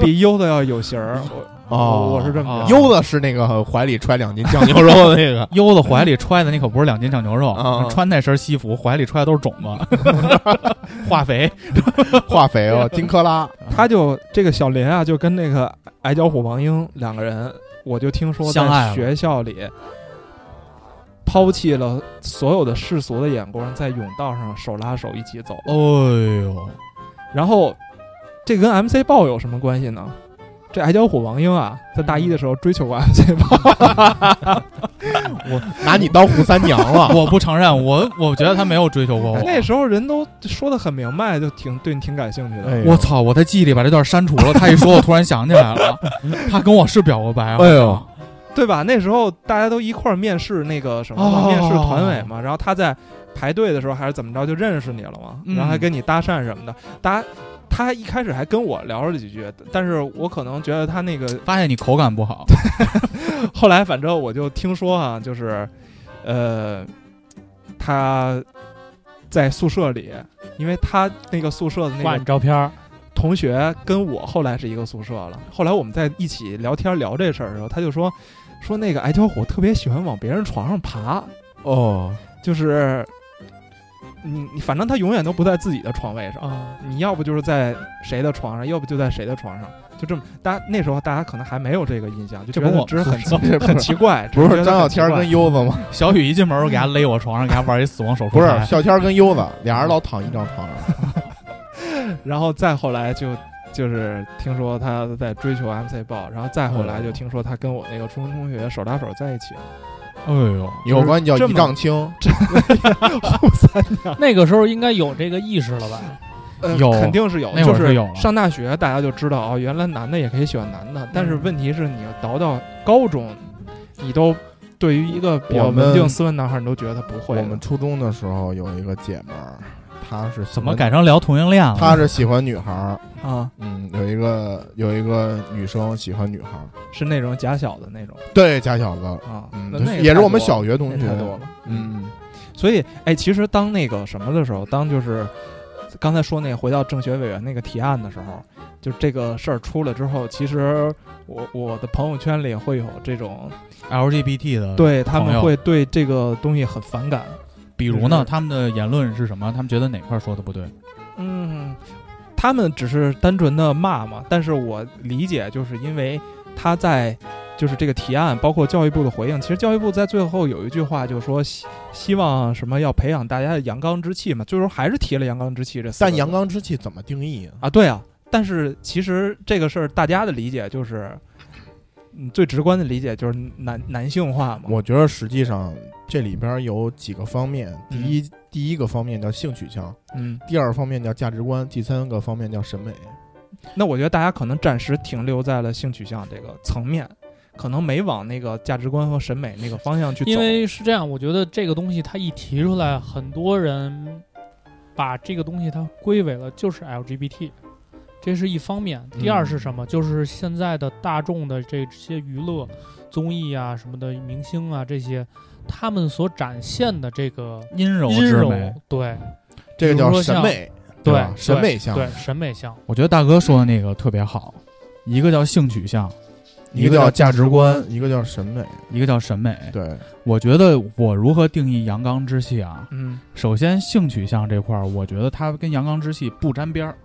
比优的要有 型儿。我
哦，
我是这么
啊，
觉得。
悠的是那个怀里揣两斤酱牛肉的那个
悠子怀里揣的那可不是两斤酱牛肉
哦
啊，
穿那身西服怀里揣的都是种子， 化肥。
化肥哦，金克拉。
他就这个小林啊，就跟那个矮脚虎王英两个人，我就听说
相爱
在
了
学校里抛弃了所有的世俗的眼光，在甬道上手拉手一起走。
哦呦，
然后这跟 MC 豹有什么关系呢？这矮脚虎王英啊，在大一的时候追求过 MC 豹。
拿你当胡三娘了。
我不承认，我我觉得他没有追求过我。
那时候人都说的很明白，就挺对你挺感兴趣的。
哎呦
我操！我在记忆里把这段删除了。他一说，我突然想起来 了，他跟我是表过白。啊
哎呦
好
对吧？那时候大家都一块儿面试那个什么
哦
嘛，面试团委嘛，然后他在排队的时候还是怎么着就认识你了嘛，
嗯
然后还跟你搭讪什么的，搭。他一开始还跟我聊了几句，但是我可能觉得 他那个
像，发现你口感不好，
后来反正我就听说啊，就是，呃，他在宿舍里，因为他那个宿舍的那
挂
个
你照片儿，
同学跟我后来是一个宿舍了。后来我们在一起聊天聊这事儿的时候，他就说说那个矮脚虎特别喜欢往别人床上爬，
哦，
就是你你反正他永远都不在自己的床位上，
啊，
你要不就是在谁的床上，要不就在谁的床上，就这么。大家那时候大家可能还没有这个印象，就
这
觉
不
得
我
只是很
宿舍
奇 很奇怪，
不
只
是
觉得
张
很
小
奇
天
怪
儿跟悠子 吗？
小雨一进门我给他勒我床上，给他玩一死亡手术
不是
台。，
小天儿跟悠子俩人老躺一张床上。
然后再后来就就是听说他在追求 MC 豹，然后再后来就听说他跟我那个初中同学手拉手在一起了。
哎呦，
以后管你叫
这么
一丈青，
那个时候应该有这个意识了吧？
呃
有
肯定是有，
那会儿
就是
有了
上大学大家就知道哦，原来男的也可以喜欢男的，
嗯
但是问题是你倒到高中，你都对于一个比较
我们
文静斯文男孩，你都觉得他不会
我
的。
们初中的时候有一个姐们儿，她是喜欢
怎么改？成聊同性恋了？
她是喜欢女孩儿，
啊，
嗯，有一个有一个女生喜欢女孩儿，
是那种假小的那种
对，假小子，
啊，
嗯
那那，个
也
太
是我们
多了
小学同
那
学
太，多了。
嗯，
所以，哎，其实当那个什么的时候，当就是刚才说那个回到政协委员那个提案的时候，就这个事儿出了之后，其实我我的朋友圈里会有这种
LGBT 的，，
对他
朋
们
友
会对这个东西很反感。
比如呢，
就是
他们的言论是什么？他们觉得哪块说的不对？
嗯，他们只是单纯的骂嘛，但是我理解，就是因为他在就是这个提案，包括教育部的回应。其实教育部在最后有一句话，就说希希望什么要培养大家的阳刚之气嘛，最后还是提了阳刚之气这四个字。
但阳刚之气怎么定义啊？
啊，对啊，但是其实这个事儿大家的理解就是，嗯，最直观的理解就是男男性化嘛。
我觉得实际上这里边有几个方面，第
嗯
一、第一个方面叫性取向，
嗯，
第二方面叫价值观，第三个方面叫审美。
那我觉得大家可能暂时停留在了性取向这个层面，可能没往那个价值观和审美那个方向去走。啊
因为是这样，我觉得这个东西它一提出来，很多人把这个东西它归为了就是 LGBT，这是一方面。第二是什么？就是现在的大众的这些娱乐综艺啊什么的，明星啊这些，他们所展现的这个
阴柔
阴
之
柔
美。，
对
这个
比如
叫
说
审
像
美，
对
吧？审美向，
对审美像，
我觉得大哥说的那个特别好，一个叫性取向，
一个
个
叫
叫
价值
观，，
一个叫审美。
一个叫审美。
对，
我觉得我如何定义阳刚之气啊？
嗯
首先，性取向这块儿，我觉得它跟阳刚之气不沾边儿。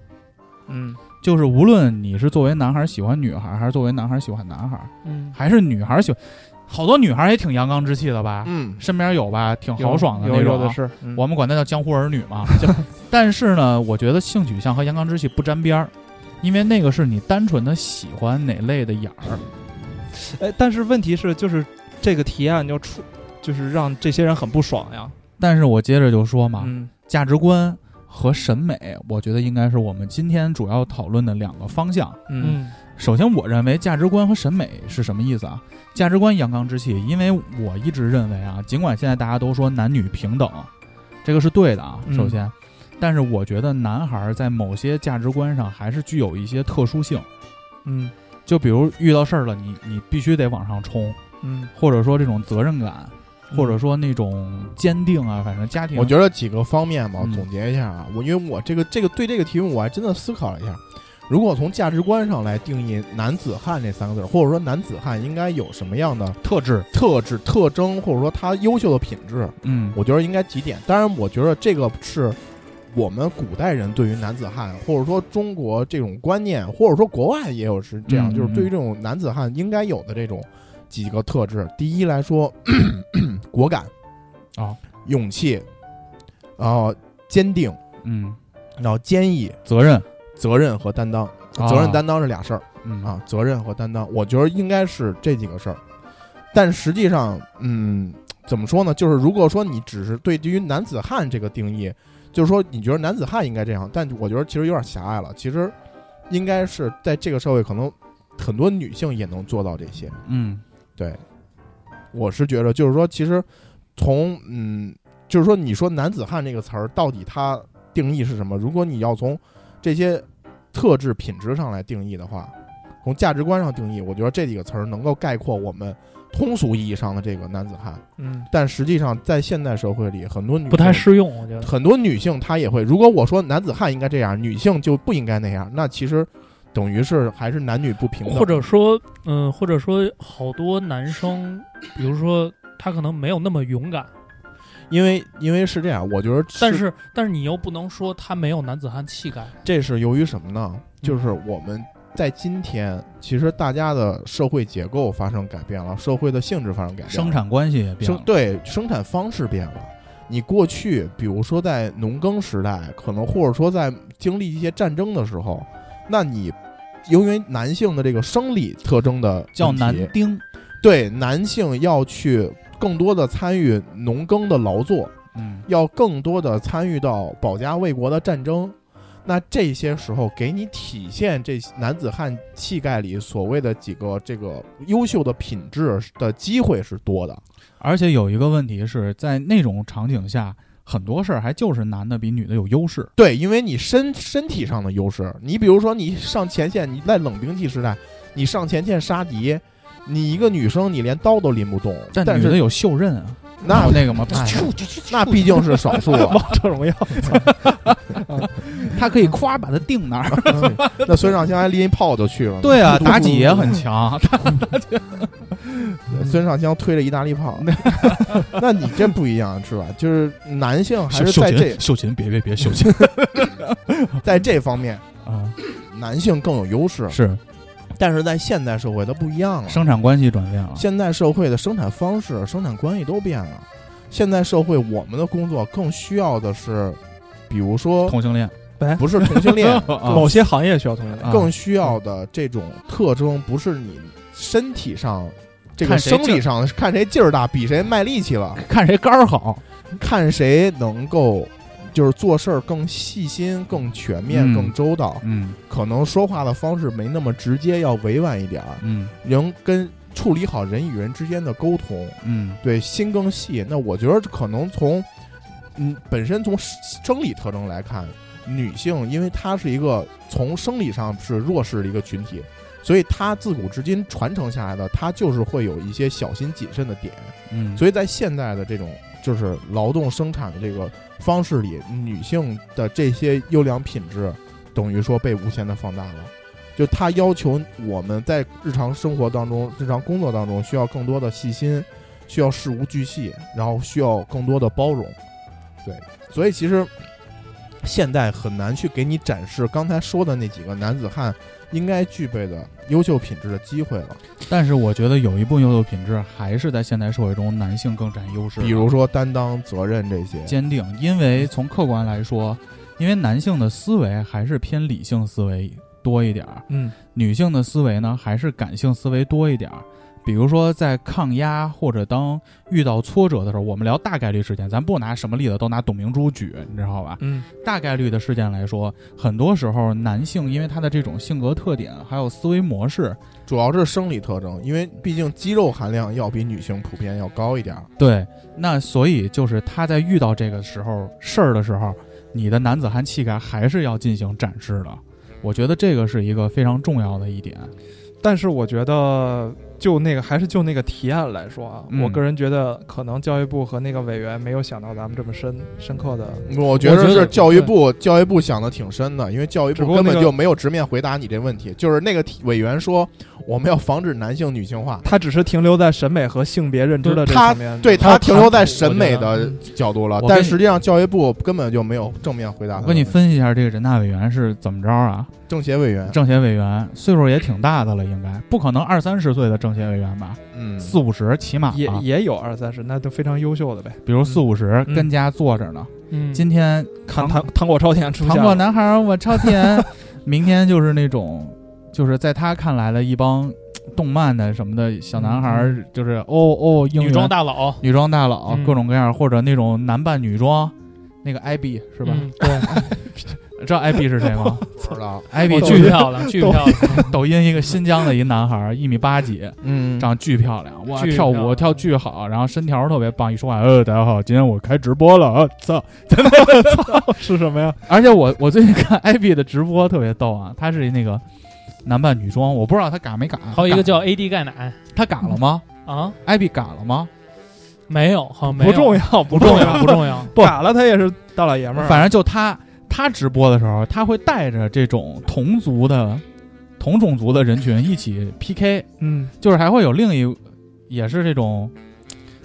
嗯
就是无论你是作为男孩喜欢女孩，还是作为男孩喜欢男孩，
嗯，
还是女孩喜欢，好多女孩也挺阳刚之气的吧？
嗯，
身边有吧，挺豪爽的
有
那
有
种
的
啊。
是，嗯
我们管它叫江湖儿女嘛。 就但是呢，我觉得性取向和阳刚之气不沾边儿，因为那个是你单纯的喜欢哪类的眼儿。
哎，但是问题是，就是这个提案就出，就是让这些人很不爽呀。
但是我接着就说嘛，
嗯
价值观和审美，我觉得应该是我们今天主要讨论的两个方向。
嗯
嗯
首先，我认为价值观和审美是什么意思啊？价值观阳刚之气，因为我一直认为啊，尽管现在大家都说男女平等，这个是对的啊。
嗯
首先，但是我觉得男孩儿在某些价值观上还是具有一些特殊性，
嗯
就比如遇到事儿了，你你必须得往上冲，
嗯，
或者说这种责任感，或者说那种坚定啊，反正家庭，
我觉得几个方面吧，
嗯
总结一下啊。我因为我这个这个对这个题目，我还真的思考了一下。如果从价值观上来定义“男子汉”这三个字儿，或者说男子汉应该有什么样的
特质，
特质、特征，或者说他优秀的品质，
嗯，
我觉得应该几点。当然，我觉得这个是我们古代人对于男子汉，或者说中国这种观念，或者说国外也有是这样，
嗯
就是对于这种男子汉应该有的这种几个特质。第一来 说，果敢
哦，
勇气，然后坚定，
嗯，
然后坚毅、
责任，
责任和担当。
啊
责任担当是俩事儿
嗯
啊，责任和担当，我觉得应该是这几个事儿。但实际上，嗯，怎么说呢？就是如果说你只是对于男子汉这个定义，就是说你觉得男子汉应该这样，但我觉得其实有点狭隘了。其实应该是在这个社会，可能很多女性也能做到这些。
嗯，
对，我是觉得，就是说，其实从嗯，就是说，你说“男子汉”这个词儿到底它定义是什么？如果你要从这些特质品质上来定义的话，从价值观上定义，我觉得这几个词儿能够概括我们通俗意义上的这个男子汉。
嗯
但实际上，在现代社会里，很多女
不太
性
适用，我觉得。
很多女性她也会，如果我说男子汉应该这样，女性就不应该那样，那其实等于是还是男女不平等，
或者说，嗯，或者说，好多男生，比如说他可能没有那么勇敢，
因为因为是这样，我觉得
但是但是你又不能说他没有男子汉气概。
这是由于什么
嗯
呢？就是我们在今天，其实大家的社会结构发生改变了，社会的性质发生改变了，
生产关系也变
生
了，
对生产方式变了。你过去，比如说在农耕时代，可能或者说在经历一些战争的时候，那你由于男性的这个生理特征的
叫
问题
男丁，
对男性要去更多的参与农耕的劳作，
嗯
要更多的参与到保家卫国的战争。那这些时候给你体现这男子汉气概里所谓的几个这个优秀的品质的机会是多的，
而且有一个问题是在那种场景下，很多事儿还就是男的比女的有优势。
对，因为你身身体上的优势，你比如说你上前线，你在冷兵器时代，你上前线杀敌，你一个女生你连刀都拎不动，但
女的
是
有袖刃啊，还
那哎
有那个嘛，啪
那毕竟是少数啊，
王者荣耀，
他可以夸把它定那儿。
那孙尚香还拎一炮就去了，
对 啊，
嘟嘟嘟
妲己也很强，
孙尚香推着意大利炮，那你这不一样是吧？就是男性还
秀
是
秀
在这
琴，秀琴，别别别，秀 琴
在这方面，
啊，
男性更有优势。
是
但是在现代社会它不一样了，
生产关系转变了，
现代社会的生产方式、生产关系都变了。现代社会，我们的工作更需要的是，比如说
同性 恋，，
不是同性恋
啊
某些行业需要同性恋，
啊
更需要的这种特征，不是你身体上这个
看谁
生理上看谁劲儿大，比谁卖力气了，
看谁肝儿好，
看谁能够就是做事儿更细心、更全面、
嗯
更周到，
嗯
可能说话的方式没那么直接，要委婉一点儿，
嗯
能跟处理好人与人之间的沟通。
嗯
对心更细。那我觉得可能从，嗯，本身从生理特征来看，女性因为她是一个从生理上是弱势的一个群体，所以她自古至今传承下来的，她就是会有一些小心谨慎的点。
嗯，
所以在现代的这种就是劳动生产的这个方式里，女性的这些优良品质，等于说被无限的放大了。就她要求我们在日常生活当中、日常工作当中，需要更多的细心，需要事无巨细，然后需要更多的包容。对，所以其实现代很难去给你展示刚才说的那几个男子汉应该具备的优秀品质的机会了，
但是我觉得有一部分优秀品质还是在现代社会中男性更占优势的，
比如说担当、责任这些。
坚定，因为从客观来说，因为男性的思维还是偏理性思维多一点儿，
嗯，
女性的思维呢还是感性思维多一点儿。比如说，在抗压或者当遇到挫折的时候，我们聊大概率事件，咱不拿什么例子都拿董明珠举，你知道吧？
嗯，
大概率的事件来说，很多时候男性因为他的这种性格特点还有思维模式，
主要是生理特征，因为毕竟肌肉含量要比女性普遍要高一点儿。
对，那所以就是他在遇到这个时候事儿的时候，你的男子汉气概还是要进行展示的。我觉得这个是一个非常重要的一点。
但是我觉得就那个还是就那个提案来说啊，
嗯
我个人觉得可能教育部和那个委员没有想到咱们这么深深刻的，
我觉
我觉
得
得
是教育部，教育部想的挺深的，因为教育
只
部
不过
根本
那个
就没有直面回答你这问题。就是那个体委员说，我们要防止男性女性化，
他只是停留在审美和性别认知的这
他
方面，
对
嗯他
他停留在
我
审美的角度了
我，跟
但
你
实际上教育部根本就没有正面回答。
我给你，分析一下这个人大委员是怎么着啊？
嗯
政协委员，
政协委员岁数也挺大的了，应该不可能二三十岁的政协委员吧？
嗯，
四五十起码
也
吧，
也有二三十，那都非常优秀的呗。
比如四五十
嗯
跟家坐着呢。
嗯，
今天
看
唐
糖糖果超甜出
糖
现
果
了，
男孩儿，我超 甜。明天就是那种，就是在他看来的一帮嘖动漫的什么的小男孩儿，就是哦哦，英语
嗯女装大佬
女装大佬，
嗯
各种各样，或者那种男扮女装，那个 IB 是
是
吧？
对，
知道 IB 是谁 吗
不知道，
？IB
巨
就是
漂亮，巨漂 亮，
抖音一个新疆的一男孩儿，一米八几，
嗯，
长得巨漂亮，哇，
巨
跳
漂
舞
亮
跳巨好，然后身条特别棒，一说话，呃，大家好，今天我开直播了，啊，操！
是什么呀？
而且我我最近看 IB 的直播特别逗啊，他是那个男扮女装，我不知道他嘎没嘎，
还有一个
嘎
叫 AD 钙奶
他嘎了吗
啊，
？IB 嘎了吗？
没有，好像没
不
有，
重，要，哦不
不重
要
要，，不重要，
不打了他也是大老爷们儿。
反正就他他直播的时候，他会带着这种同族的同种族的人群一起 PK，
嗯，
就是还会有另一也是这种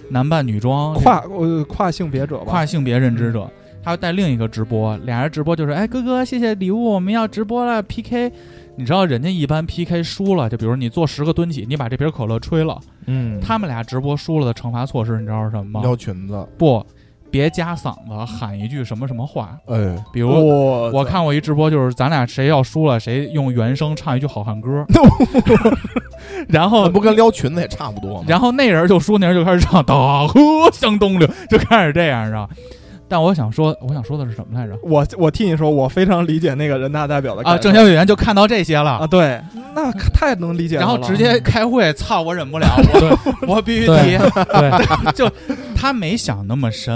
男扮女装
跨呃跨性别者吧，
嗯
嗯
跨性别认知者，他会带另一个直播，俩人直播就是，哎，哥哥，谢谢礼物，我们要直播了 PK。你知道人家一般 PK 输了，就比如你做十个蹲起，你把这瓶可乐吹了，
嗯，
他们俩直播输了的惩罚措施，你知道是什么吗
撩？裙子，
不，别夹嗓子喊一句什么什么话，
哎，
比如、
我
我看过一直播，就是咱俩谁要输了，谁用原声唱一句好汉 歌，然后
那不跟撩裙子也差不多吗？
然后那人就输，那人就开始唱“大河向东流”，就开始这样，你知道？但我想说，我想说的是什么来着？
我我替你说，我非常理解那个人大代表的
啊，
感受
政协委员就看到这些
啊，
了，
对，那可太能理解了
然
了。
后直接开会，操，我忍不了，我我必须
对
提。
对，
他没想那么深，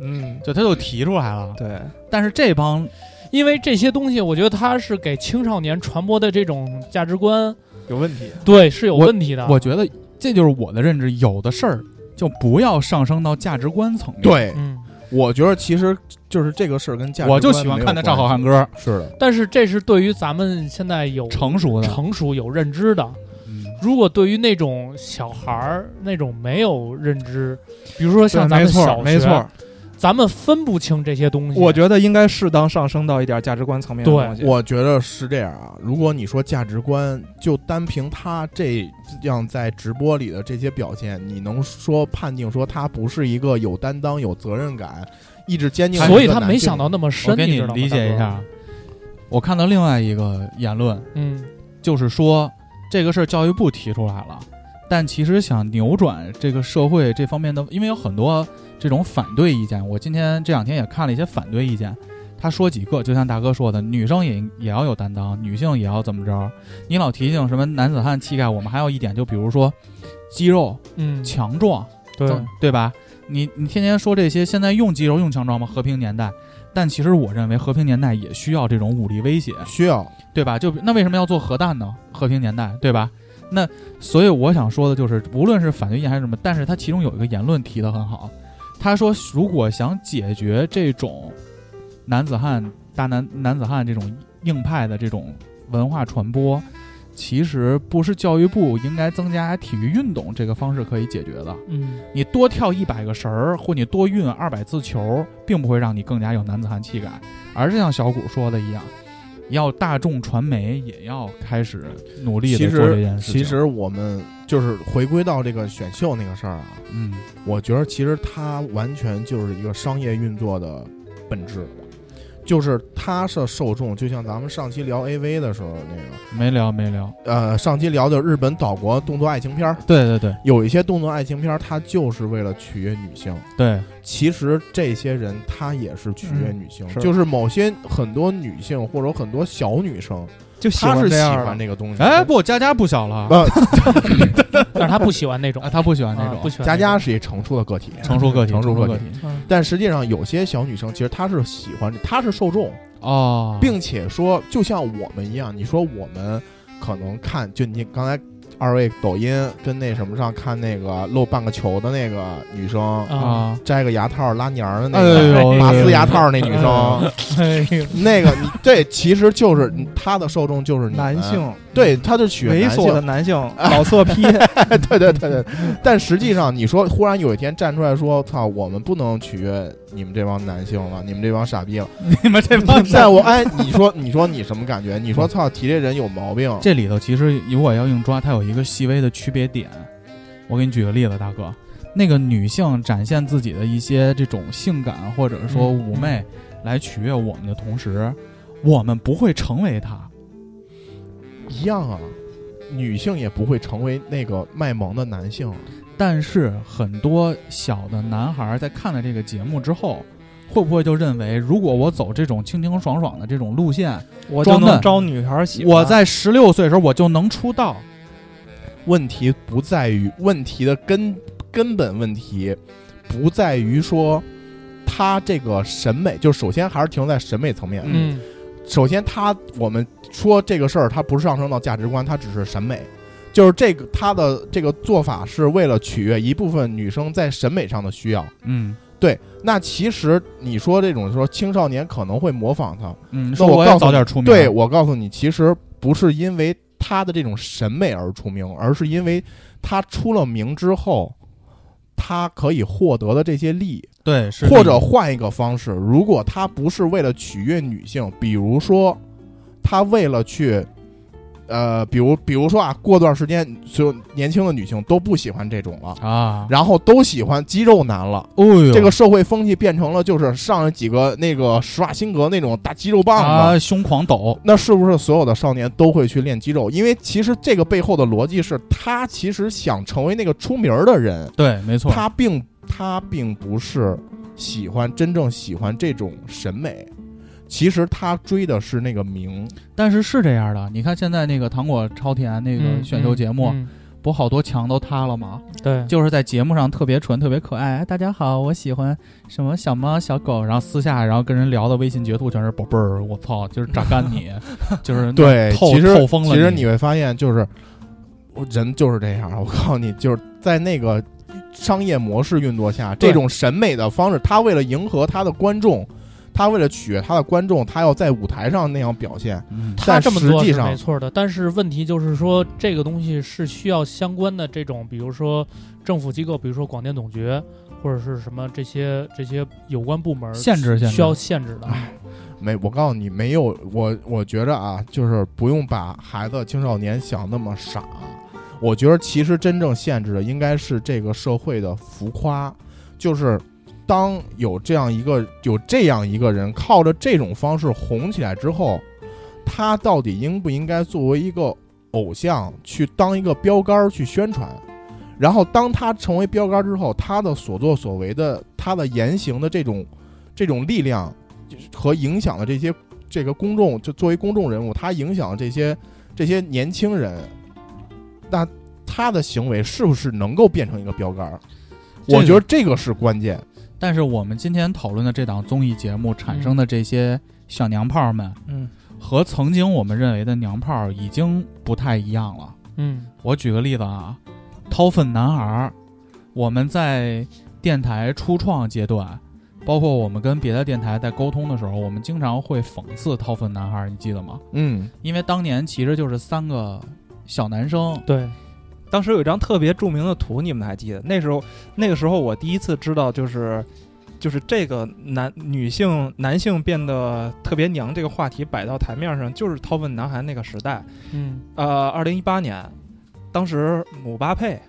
嗯，
就他就提出来了。
对，
但是这帮
因为这些东西，我觉得它是给青少年传播的这种价值观，
有问题。
对，是有问题的，
我觉得这就是我的认知，有的事儿就不要上升到价值观层面。，
对，
嗯，
我觉得其实就是这个事儿跟价值观
我就喜欢看他唱好汉
歌。
歌，
是的，
但是这是对于咱们现在有
成熟的。
成熟有认知的，
嗯
如果对于那种小孩儿那种没有认知，比如说像咱们
对没错
小学，
没错，
咱们分不清这些东西。
我觉得应该适当上升到一点价值观层面的
对
东西。
我觉得是这样啊，如果你说价值观，就单凭他这样在直播里的这些表现，你能说判定说他不是一个有担当、有责任感、意志坚定的一个
所
男
以
性？
他没想到那么
我
深，
给
你
你
知道吗
理解一，
大
下
哥。
我看到另外一个言论，
嗯，
就是说这个事儿教育部提出来了，但其实想扭转这个社会这方面的，因为有很多这种反对意见。我今天这两天也看了一些反对意见，他说几个，就像大哥说的，女生也也要有担当，女性也要怎么着？你老提醒什么男子汉气概，我们还有一点，就比如说肌肉
嗯，
强壮，
对，
对吧？你你天天说这些，现在用肌肉用强壮吗？和平年代，但其实我认为和平年代也需要这种武力威胁，
需要
对吧？就那为什么要做核弹呢？和平年代，对吧？那所以我想说的就是，无论是反对意见还是什么，但是他其中有一个言论提得很好，他说如果想解决这种男子汉、大男男子汉这种硬派的这种文化传播，其实不是教育部应该增加体育运动这个方式可以解决的。
嗯，
你多跳一百个绳儿，或你多运二百次球，并不会让你更加有男子汉气概，而是像小谷说的一样，要大众传媒也要开始努力
其
的做这
实
件事情。
其，实我们就是回归到这个选秀那个事儿啊，
嗯，
我觉得其实它完全就是一个商业运作的本质，就是它是受众，就像咱们上期聊 AV 的时候那个，
没聊没聊，
呃，上期聊的日本岛国动作爱情片儿，
对对对
有一些动作爱情片儿，它就是为了取悦女性。
对，
其实这些人他也是取悦女性，
嗯是
就是某些很多女性或者很多小女生，
就喜
她
欢
是
这
喜
样
欢
的
这个东西。
哎，不，佳佳不小了
呃，
但是他不喜欢那 种
啊，，他不喜欢那
啊
种
不喜欢
佳
那种
佳是一成熟的个体，
成熟个体，
成熟
熟
个
个
体
体
但实际上有些小女生其实她是喜欢，她是受众，
哦，
并且说就像我们一样，你说我们可能看，就你刚才二位抖音跟那什么上看那个露半个球的那个女生，
啊，
啊，
摘个牙套拉娘儿的那
哎
个。
呦，
拔丝牙套那女生，
哎呦
那个你对，其实就是她的受众就是你们
男，性
对，她就取悦
猥
男性哎
琐的男性老色批，
对对对对，但实际上你说忽然有一天站出来说，操，我们不能取悦你们这帮男性了，你们这帮傻 逼了。
你们这帮人
但我哎，你说 你说你什么感觉？你
嗯
说操，提这人有毛病。
这里头其实如果要硬抓，它有一个细微的区别点。我给你举个例子，大哥，那个女性展现自己的一些这种性感或者
嗯
说妩媚，来取悦我们的同时，我们不会成为她。
一样啊，女性也不会成为那个卖萌的男性。
但是很多小的男孩在看了这个节目之后，会不会就认为，如果我走这种清清爽爽的这种路线，
我就
装嫩
能招女孩喜欢。
我在十六岁的时候我就能出道？
问题不在于问题的根根本问题，不在于说他这个审美，就首先还是停留在审美层面。
嗯，
首先他我们说这个事儿，它不是上升到价值观，它只是审美。就是这个他的这个做法是为了取悦一部分女生在审美上的需要。
嗯
对，那其实你说这种说青少年可能会模仿他，
嗯，
那
说
我
我
告
要
诉
早
你
点出名。
对我告诉你，其实不是因为他的这种审美而出名，而是因为他出了名之后，他可以获得的这些利益，
对，是
或者换一个方式，如果他不是为了取悦女性，比如说他为了去，呃，比如比如说啊，过段时间所有年轻的女性都不喜欢这种了，
啊，
然后都喜欢肌肉男了，
哦呦，
这个社会风气变成了就是上了几个那个施瓦辛格那种大肌肉棒子。
啊，胸狂抖，
那是不是所有的少年都会去练肌肉？因为其实这个背后的逻辑是他其实想成为那个出名儿的人，
对，没错，
他并他并不是喜欢真正喜欢这种审美，其实他追的是那个名。
但是是这样的，你看现在那个糖果超甜啊那个
嗯
选秀节目，
嗯
不好多墙都塌了吗？
对，
就是在节目上特别纯、特别可爱。哎大家好，我喜欢什么小猫、小狗，然后私下然后跟人聊的微信截图全是宝贝儿，我操，就是榨干 你，就是
对，
透
其实
透风了。
其实你会发现，就是我人就是这样。我告诉你，就是在那个商业模式运作下，
对
这种审美的方式，他为了迎合他的观众，他为了取悦他的观众，他要在舞台上那样表现。
嗯
他
但
这么
实
做
际
是
上
没错的，但是问题就是说，这个东西是需要相关的这种，比如说政府机构，比如说广电总局，或者是什么这些这些有关部门
限制限制
需要限制的。
没，我告诉你，没有我，我觉着啊，就是不用把孩子、青少年想那么傻。我觉得其实真正限制的应该是这个社会的浮夸，就是当有这样一个有这样一个人靠着这种方式红起来之后，他到底应不应该作为一个偶像去当一个标杆儿去宣传？然后当他成为标杆儿之后，他的所作所为的他的言行的这种这种力量和影响的这些这个公众，就作为公众人物，他影响这些这些年轻人，那他的行为是不是能够变成一个标杆儿？
这个
我觉得这个是关键。
但是我们今天讨论的这档综艺节目产生的这些小娘炮们，
嗯，
和曾经我们认为的娘炮已经不太一样了。
嗯
我举个例子啊，掏粪男孩儿，我们在电台初创阶段，包括我们跟别的电台在沟通的时候，我们经常会讽刺掏粪男孩儿，你记得吗？
嗯，
因为当年其实就是三个小男生，
对，
当时有一张特别著名的图，你们还记得？那时候，那个时候我第一次知道，就是就是这个男女性男性变得特别娘这个话题摆到台面上，就是掏粪男孩那个时代。
嗯
呃，二零一八年，当时姆巴佩，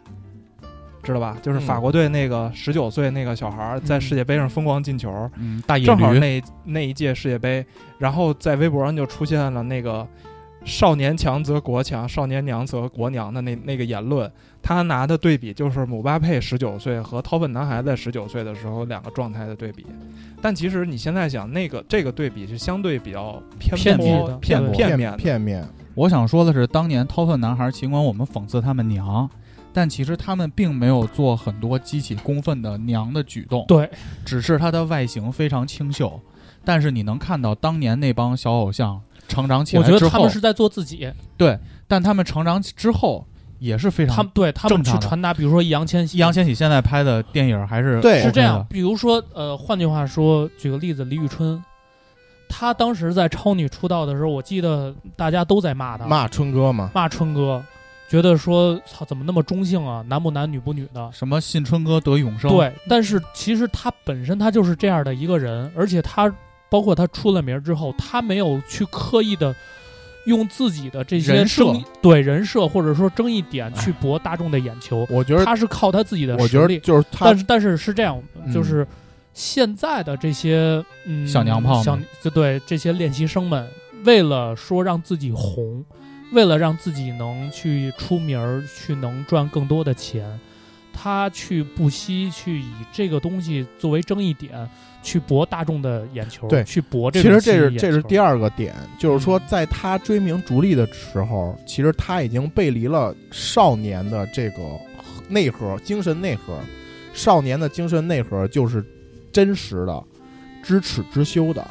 知道吧？就是法国队那个十九岁那个小孩儿在世界杯上疯狂进球，
嗯，大野
正好
驴，
那那一届世界杯，然后在微博上就出现了那个“少年强则国强，少年娘则国娘”的那那个言论。他拿的对比就是姆巴佩十九岁和掏粪男孩在十九岁的时候两个状态的对比。但其实你现在想，那个这个对比是相对比较偏
骗
颇
局的
片
对
片
片
面的。
片面，
我想说的是，当年掏粪男孩儿，尽管我们讽刺他们娘，但其实他们并没有做很多激起公愤的娘的举动，
对，
只是他的外形非常清秀。但是你能看到当年那帮小偶像成长起
我
来
觉
之
得他
后
们，是在做自己，
但他们成长之后也是非
他
常
们。对他们
正
去
常的
传达，比如说易烊千玺，
易烊千玺嗯现在拍的电影还是
对
OK 的
是这样，，比如说，呃，换句话说，举个例子，李宇春，她当时在超女出道的时候，我记得大家都在骂她，
骂春哥嘛，
骂春哥，觉得说操怎么那么中性啊，男不男女不女的。
什么信春哥得永生，，
对，但是其实她本身她就是这样的一个人，而且她包括她出了名儿之后，她没有去刻意的用自己的这些
人设
争议对人设或者说争议点去博大众的眼球，
我觉得，
她是靠她自己的实
我觉
力
得。就是他
但是但是是这样，
嗯
就是现在的这些嗯
小娘炮们
小就对这些练习生们，为了说让自己红，为了让自己能去出名儿，去能赚更多的钱，他去不惜去以这个东西作为争议点，去博大众的眼球，
对
去博
其
这种啊
实
吸
这
引
是
眼
这是
球
第二个点，就是说，
嗯
在他追名逐利的时候，其实他已经背离了少年的这个内核、精神内核。少年的精神内核就是真实的、知耻之羞的，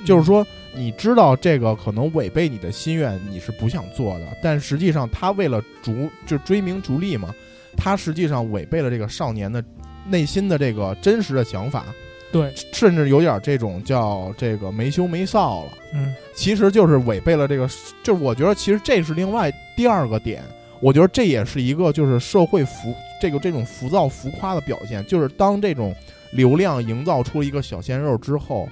嗯
就是说，你知道这个可能违背你的心愿，你是不想做的，但实际上他为了逐就追名逐利嘛，他实际上违背了这个少年的内心的这个真实的想法，
对
甚至有点这种叫这个没羞没臊了。
嗯，
其实就是违背了这个，就是我觉得其实这是另外第二个点，我觉得这也是一个就是社会浮这个这种浮躁浮夸的表现，就是当这种流量营造出一个小鲜肉之后，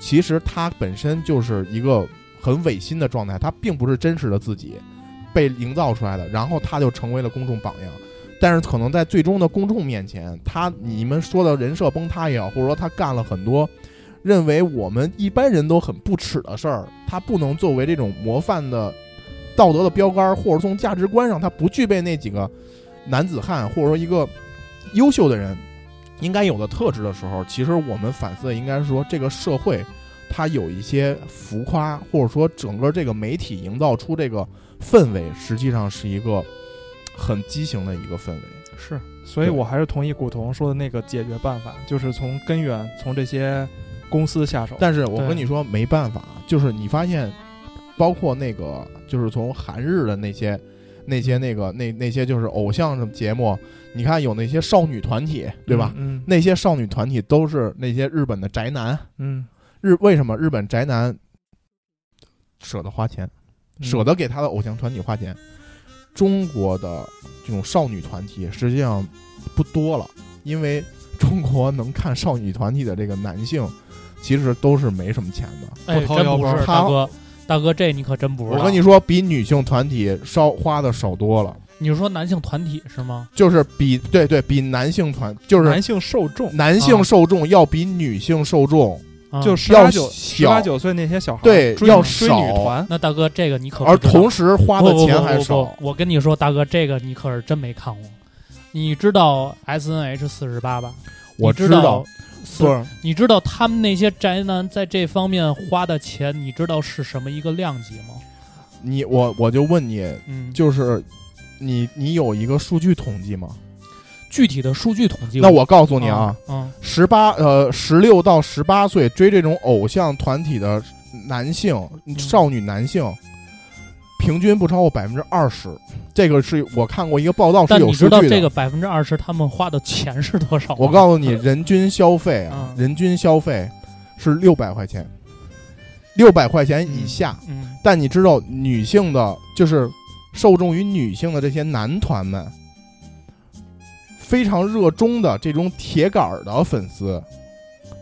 其实他本身就是一个很违心的状态，他并不是真实的自己被营造出来的，然后他就成为了公众榜样。但是可能在最终的公众面前，他你们说的人设崩塌也好，或者说他干了很多认为我们一般人都很不耻的事儿，他不能作为这种模范的道德的标杆，或者从价值观上他不具备那几个男子汉或者说一个优秀的人应该有的特质的时候，其实我们反思的应该是说这个社会。它有一些浮夸，或者说整个这个媒体营造出这个氛围，实际上是一个很畸形的一个氛围。
是，所以
对
我还是同意古潼说的那个解决办法，就是从根源，从这些公司下手。
但是我
对
跟你说没办法，就是你发现，包括那个就是从韩日的那些、那些那个那那些就是偶像什么节目，你看有那些少女团体，对吧？
嗯
那些少女团体都是那些日本的宅男，
嗯，
日为什么日本宅男舍得花钱，
嗯
舍得给他的偶像团体花钱？中国的这种少女团体实际上不多了，因为中国能看少女团体的这个男性，其实都是没什么钱的。
哎，
不掏
真
腰
不
包
是
他
大哥，大哥，这你可真不知啊
我
道。
跟你说，比女性团体稍花的少多了，
你是说男性团体是吗？
就是比对对比男性团就是
男性受众，
男性受众要比女性受众
啊、
就是十八
要
九十
小
八九岁那些小孩
对
追
要
追女
少
团，
那大哥，这个你可不
而
知道
同时花的钱还
不不不不。
少
不我跟你说，大哥，这个你可是真没看过。你知道 S N H 四十八吧？
我
你知
道，
四
不是
你知道他们那些宅男在这方面花的钱，你知道是什么一个量级吗？
你我我就问你，
嗯，
就是你你有一个数据统计吗？
具体的数据统计，
那我告诉
告
你啊，，
嗯，
十八呃十六到十八岁追这种偶像团体的男性、
嗯
少女男性，平均不超过百分之二十。这个是我看过一个报道是
但
有
你
数
知道
据的。
这个百分之二十他们花的钱是多少吗？
我告诉你，人均消费啊，
嗯
人均消费是六百块钱，六百块钱以下。
嗯，
但你知道，女性的就是受众于女性的这些男团们，非常热衷的这种铁杆儿的粉丝，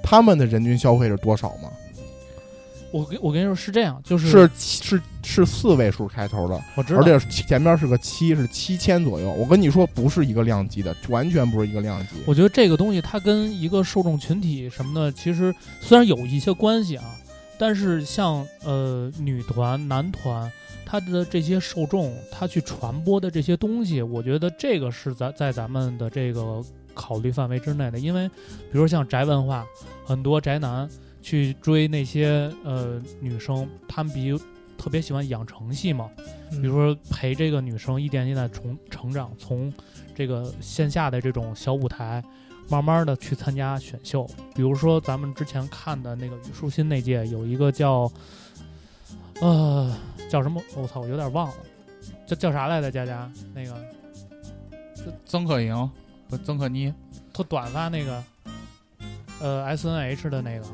他们的人均消费是多少吗？
我跟我跟你说是这样，就是
是是是四位数开头的，
我嗯知道
而，且前面是个七，是七千左右。我跟你说，不是一个量级的，完全不是一个量级。
我觉得这个东西它跟一个受众群体什么的，其实虽然有一些关系啊，但是像呃女团、男团，它的这些受众，它去传播的这些东西，我觉得这个是咱在咱们的这个考虑范围之内的，因为比如像宅文化，很多宅男去追那些呃女生，他们比特别喜欢养成系嘛，
嗯
比如说陪这个女生一点一点地从成长，从这个线下的这种小舞台，慢慢的去参加选秀。比如说咱们之前看的那个虞书欣那届，有一个叫呃叫什么？我操，我有点忘了，叫叫啥来着？佳佳那个
曾可盈不曾可妮，
她短发那个，呃 S N H 的那个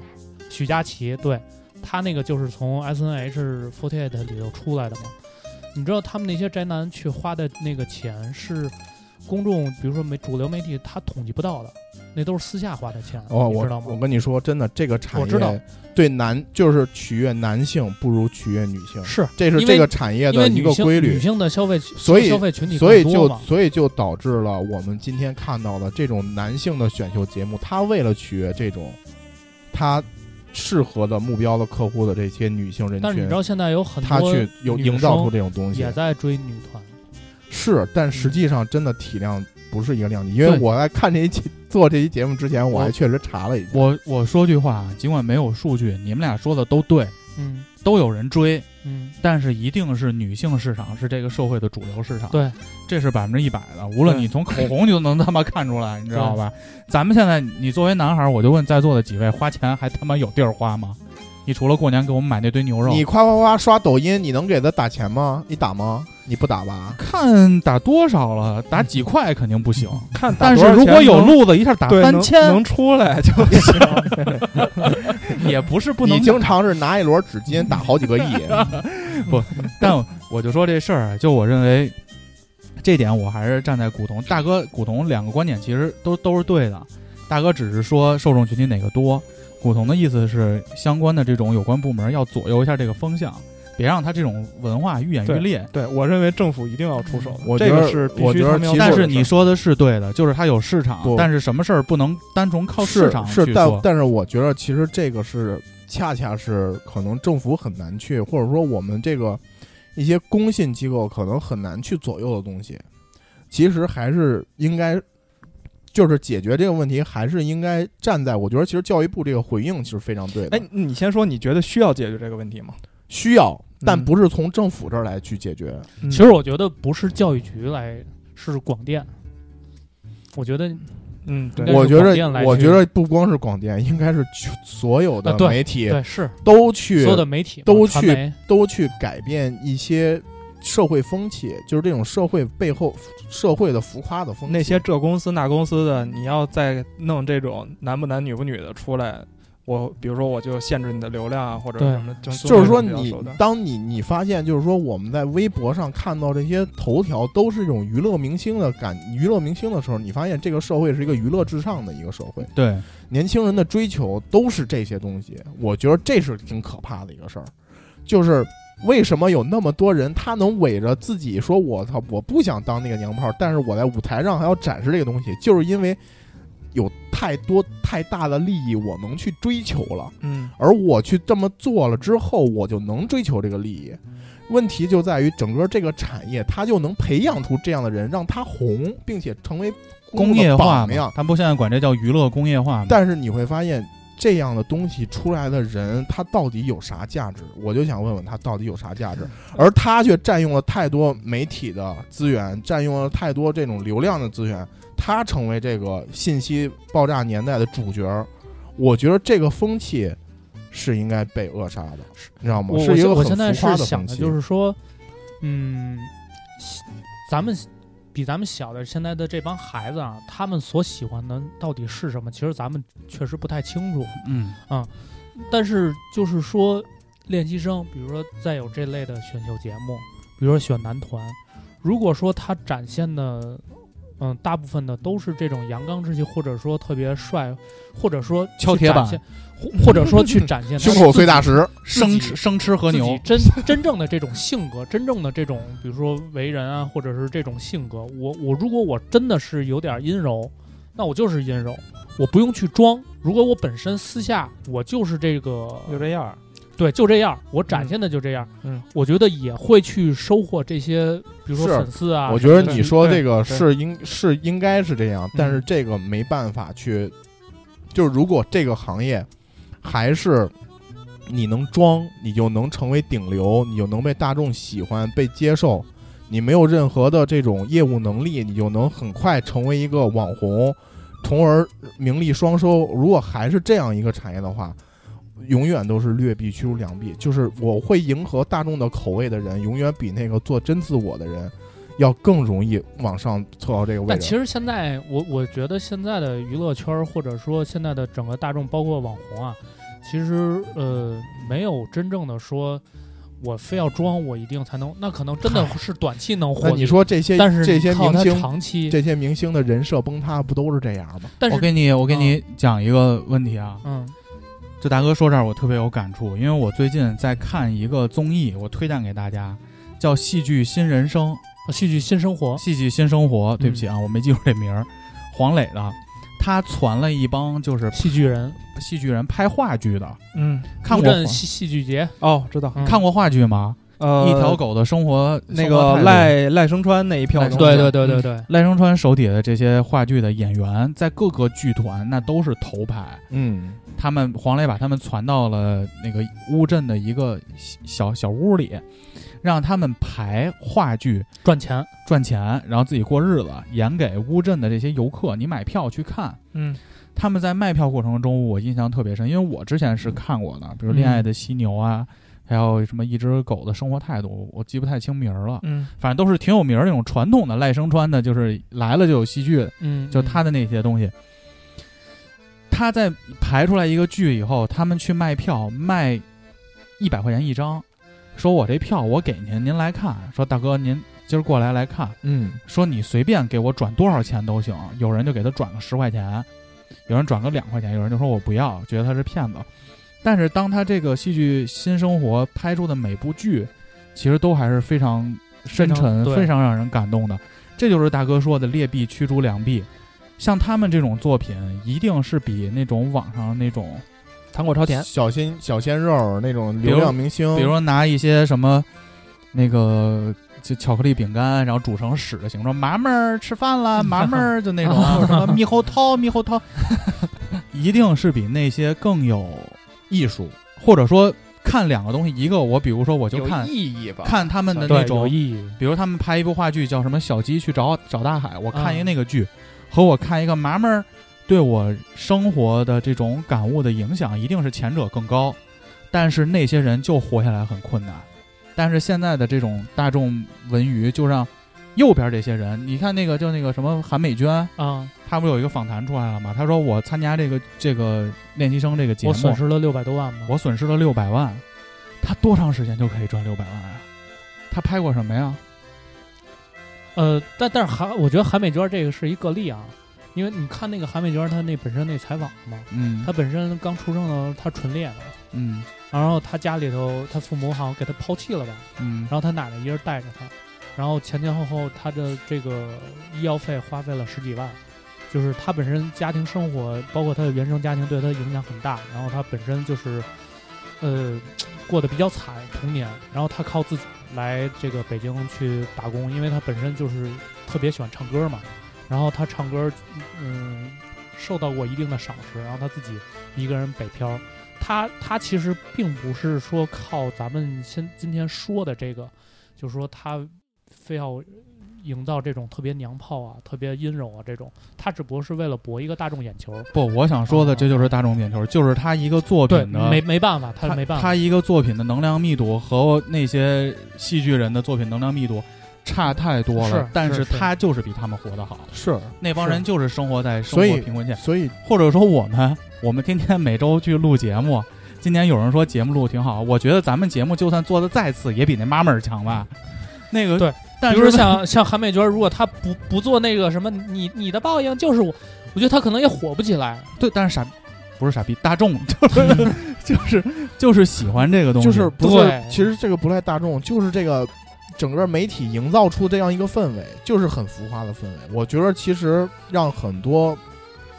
许佳琪，对她那个就是从 S N H Forty Eight 里头出来的嘛。你知道他们那些宅男去花的那个钱是公众，比如说媒主流媒体他统计不到的，那都是私下花的钱，
哦，
你
我
知道
我
吗？
跟你说，真的，这个产
我知道
业对男就是取悦男性不如取悦女性，
是
这是
因为
这个产业
因为
的一
女
个
性
规
女
律。
性的消费
所以
消费群体
所以
更多
就
嘛
所以就导致了我们今天看到的这种男性的选秀节目，他为了取悦这种他适合的目标的客户的这些女性人
但是你
群
知，道现在有很
他
多
去有
女
营造
生
出这种东西
也嗯在追女团，
是，但实际上真的体量不是一个量级。因为
对
我在看这一期做这期节目之前，我还
我
确实查了一下，
我我说句话啊，尽管没有数据，你们俩说的都对，
嗯
都有人追，
嗯，
但是一定是女性市场是这个社会的主流市场，
对，
这是百分之一百的。无论
对
你从口红就能他妈看出来，你知道吧？咱们现在你作为男孩儿，我就问在座的几位，花钱还他妈有地儿花吗？你除了过年给我们买那堆牛肉，
你夸夸夸刷抖音，你能给他打钱吗？你打吗？你不打吧？
看打多少了，打几块肯定不行。
看嗯打
但
多
是
少
如
钱
果有
能
路子，一下打
对
三
能
千，
能出来就行。
也不是不能
你经常是拿一摞纸巾打好 几个亿，
但我就说这事儿啊，就我认为这点我还是站在古潼大哥、古潼两个观点其实都都是对的。大哥只是说受众群体哪个多，古潼的意思是相关的这种有关部门要左右一下这个风向，别让他这种文化愈演愈烈。
对我认为政府一定要出手的，
我觉
这个
得
是必
我
须
觉得
他们要
其实
做
但
的
是
事
你
儿
说的是对的，就是它有市场
不，
但是什么事儿不能单纯靠市场
是
去
是，但
做。
但是我觉得其实这个是恰恰是可能政府很难去，或者说我们这个一些公信机构可能很难去左右的东西，其实还是应该。就是解决这个问题，还是应该站在我觉得，其实教育部这个回应是非常对的。
哎，你先说，你觉得需要解决这个问题吗？
需要，但
嗯
不是从政府这儿来去解决。
嗯
其实我觉得不是教育局来，是广电。我觉得
嗯，对
应该，是
我觉
广电来
得，我
去
觉得不光是广电，应该是全所有的
啊对
媒体
对是
都去
所有的媒体嘛
都
传
去
媒
都去改变一些社会风气，就是这种社会背后社会的浮夸的风气。
那些这公司那公司的，你要再弄这种男不男女不女的出来，我比如说我就限制你的流量啊，或者
对
什么，就
就是说
这种
你
比较手段
当你你发现就是说我们在微博上看到这些头条都是这种娱乐明星的感娱乐明星的时候，你发现这个社会是一个娱乐至上的一个社会，
对，
年轻人的追求都是这些东西，我觉得这是挺可怕的一个事儿，就是。为什么有那么多人，他能围着自己说“我操，我不想当那个娘炮”，但是我在舞台上还要展示这个东西，就是因为有太多太大的利益我能去追求了。
嗯
而我去这么做了之后，我就能追求这个利益。问题就在于整个这个产业，它就能培养出这样的人，让他红，并且成为
工
的
业化
榜样
嘛，。他不现在管这叫娱乐工业化嘛？
但是你会发现，这样的东西出来的人，他到底有啥价值？我就想问问他到底有啥价
嗯
值，而他却占用了太多媒体的资源，占用了太多这种流量的资源，他成为这个信息爆炸年代的主角儿。我觉得这个风气是应该被扼杀的，你知道吗？
我
是
我
一
现
个
我
很
现在
浮夸
是
的
想
风
的
气，
就是说，嗯，咱们比咱们小的现在的这帮孩子啊，他们所喜欢的到底是什么？其实咱们确实不太清楚。
嗯，
但是就是说，练习生，比如说再有这类的选秀节目，比如说选男团，如果说他展现的，嗯，大部分的都是这种阳刚之气，或者说特别帅，或者说去
敲铁
展
板
现，或或者说去展 现他
胸口
自己
碎大石，
生
自
吃
己
生吃和
自
牛
己，真真正的这种性格，真正的这种，比如说为人啊，或者是这种性格，我我如果我真的是有点阴柔，那我就是阴柔，我不用去装。如果我本身私下我就是这个，
就这样儿，
对，就这样，我展现的就这样，
嗯，
我觉得也会去收获这些，比如说
是
粉丝啊，
我觉得
对
你说
对
这个
对嗯
是应是应该是这样，但是这个没办法去，就是如果这个行业还是你能装，你就能成为顶流，你就能被大众喜欢、被接受。你没有任何的这种业务能力，你就能很快成为一个网红，从而名利双收。如果还是这样一个产业的话，永远都是劣币驱逐良币。就是我会迎合大众的口味的人，永远比那个做真自我的人要更容易往上凑到这个位
但其
置。
实现在，我我觉得现在的娱乐圈儿，或者说现在的整个大众，包括网红啊，其实呃，没有真正的说，我非要装，我一定才能，那可能真的是短期能
那
火。
你，说这些
但是
这些
靠
明
它
星，
长期，
这些明星的人设崩塌，不都是这样吗？
但
我
是
给你我给你讲一个问题啊，
嗯
这大哥说这儿我特别有感触，因为我最近在看一个综艺，我推荐给大家，叫《戏剧新人生》。
戏剧新生活，
戏剧新生活，对不起啊，我没记住这名儿，黄磊的，他攒了一帮就是
戏剧人，
戏剧人拍话剧的，
嗯，
看
乌
过
镇戏戏剧节，
哦，知道，
嗯
看过话剧吗？
呃，
一条狗的生活
那
生活
个
态度
赖赖声川那一票
赖
东西，
声
对
川
对对对对，
赖声川手底下的这些话剧的演员，在各个剧团那都是头牌。
嗯，
他们黄磊把他们传到了那个乌镇的一个小小屋里，让他们排话剧
赚钱，
赚钱，然后自己过日子，演给乌镇的这些游客。你买票去看，
嗯
他们在卖票过程中，我印象特别深，因为我之前是看过的，比如《恋爱的犀牛》啊，还有什么《一只狗的生活态度》，我记不太清名儿了，
嗯
反正都是挺有名儿那种传统的赖声川的，就是来了就有戏剧，
嗯，
就他
的，
的那些东西。他在排出来一个剧以后，他们去卖票，卖一百块钱一张，说我这票我给您，您来看，说大哥您今儿过来来看，
嗯，
说你随便给我转多少钱都行，有人就给他转个十块钱，有人转个两块钱，有人就说我不要，觉得他是骗子。但是当他这个戏剧新生活拍出的每部剧，其实都还是非常深沉、
非常对
非常让人感动的。这就是大哥说的劣币驱逐良币，像他们这种作品，一定是比那种网上那种，
糖果超甜，
小鲜小鲜肉那种
比
流
如
量明星，
比如说拿一些什么那个就巧克力饼干，然后煮成屎的形状，麻妹儿吃饭啦，麻妹儿就那种或者什么猕猴桃，猕猴桃， 一定是比那些更有艺术，或者说看两个东西，一个我比如说我就
有
看
意义吧
看他们的
对
那，
有
种，
意义，
比如他们拍一部话剧叫什么《小鸡去找找大海》，我看
嗯
一那个剧，和我看一个麻妹儿对我生活的这种感悟的影响，一定是前者更高。但是那些人就活下来很困难，但是现在的这种大众文娱就让右边这些人，你看那个就那个什么韩美娟，
啊、
她不是有一个访谈出来了吗？她说我参加这个这个练习生这个节目，
我损失了六百多万嘛。
我损失了六百万，她多长时间就可以赚六百万啊？她拍过什么呀？
呃，但但是韩，我觉得韩美娟这个是一个例啊，因为你看那个韩美娟她那本身那采访嘛，
嗯，
她本身刚出生的时候她纯烈的，
嗯
然后她家里头她父母好像给她抛弃了吧，
嗯
然后她奶奶一人带着她，然后前前后后她的这个医药费花费了十几万，就是她本身家庭生活，包括她的原生家庭对她影响很大，然后她本身就是，呃，过得比较惨童年，然后她靠自己来这个北京去打工，因为她本身就是特别喜欢唱歌嘛，然后她唱歌，嗯，受到过一定的赏识，然后她自己一个人北漂。她她其实并不是说靠咱们现今天说的这个，就是说她非要营造这种特别娘炮啊、特别阴柔啊这种，她只不过是为了博一个大众眼球。
不，我想说的这就是大众点球，就是她一个作
哦对，
品的
没没办法，
他
她没办法。
他一个作品的能量密度和那些戏剧人的作品能量密度差太多了，
是
但
是是
他就是比他们活得好。
是
那帮
是
人就是生活在生
所
活
以
贫困线，
所以
或者说我们我们天天每周去录节目。今年有人说节目录挺好，我觉得咱们节目就算做的再次，也比那妈们儿强吧。那个
对，
但
比
是
如说像像韩美娟，如果她不不做那个什么，你你的报应就是我，我觉得她可能也火不起来。
对，但是傻不是傻逼，大众 就是就是就是喜欢这个东西，
就是不是
对，
其实这个不赖大众，就是这个整个媒体营造出这样一个氛围，就是很浮夸的氛围。我觉得其实让很多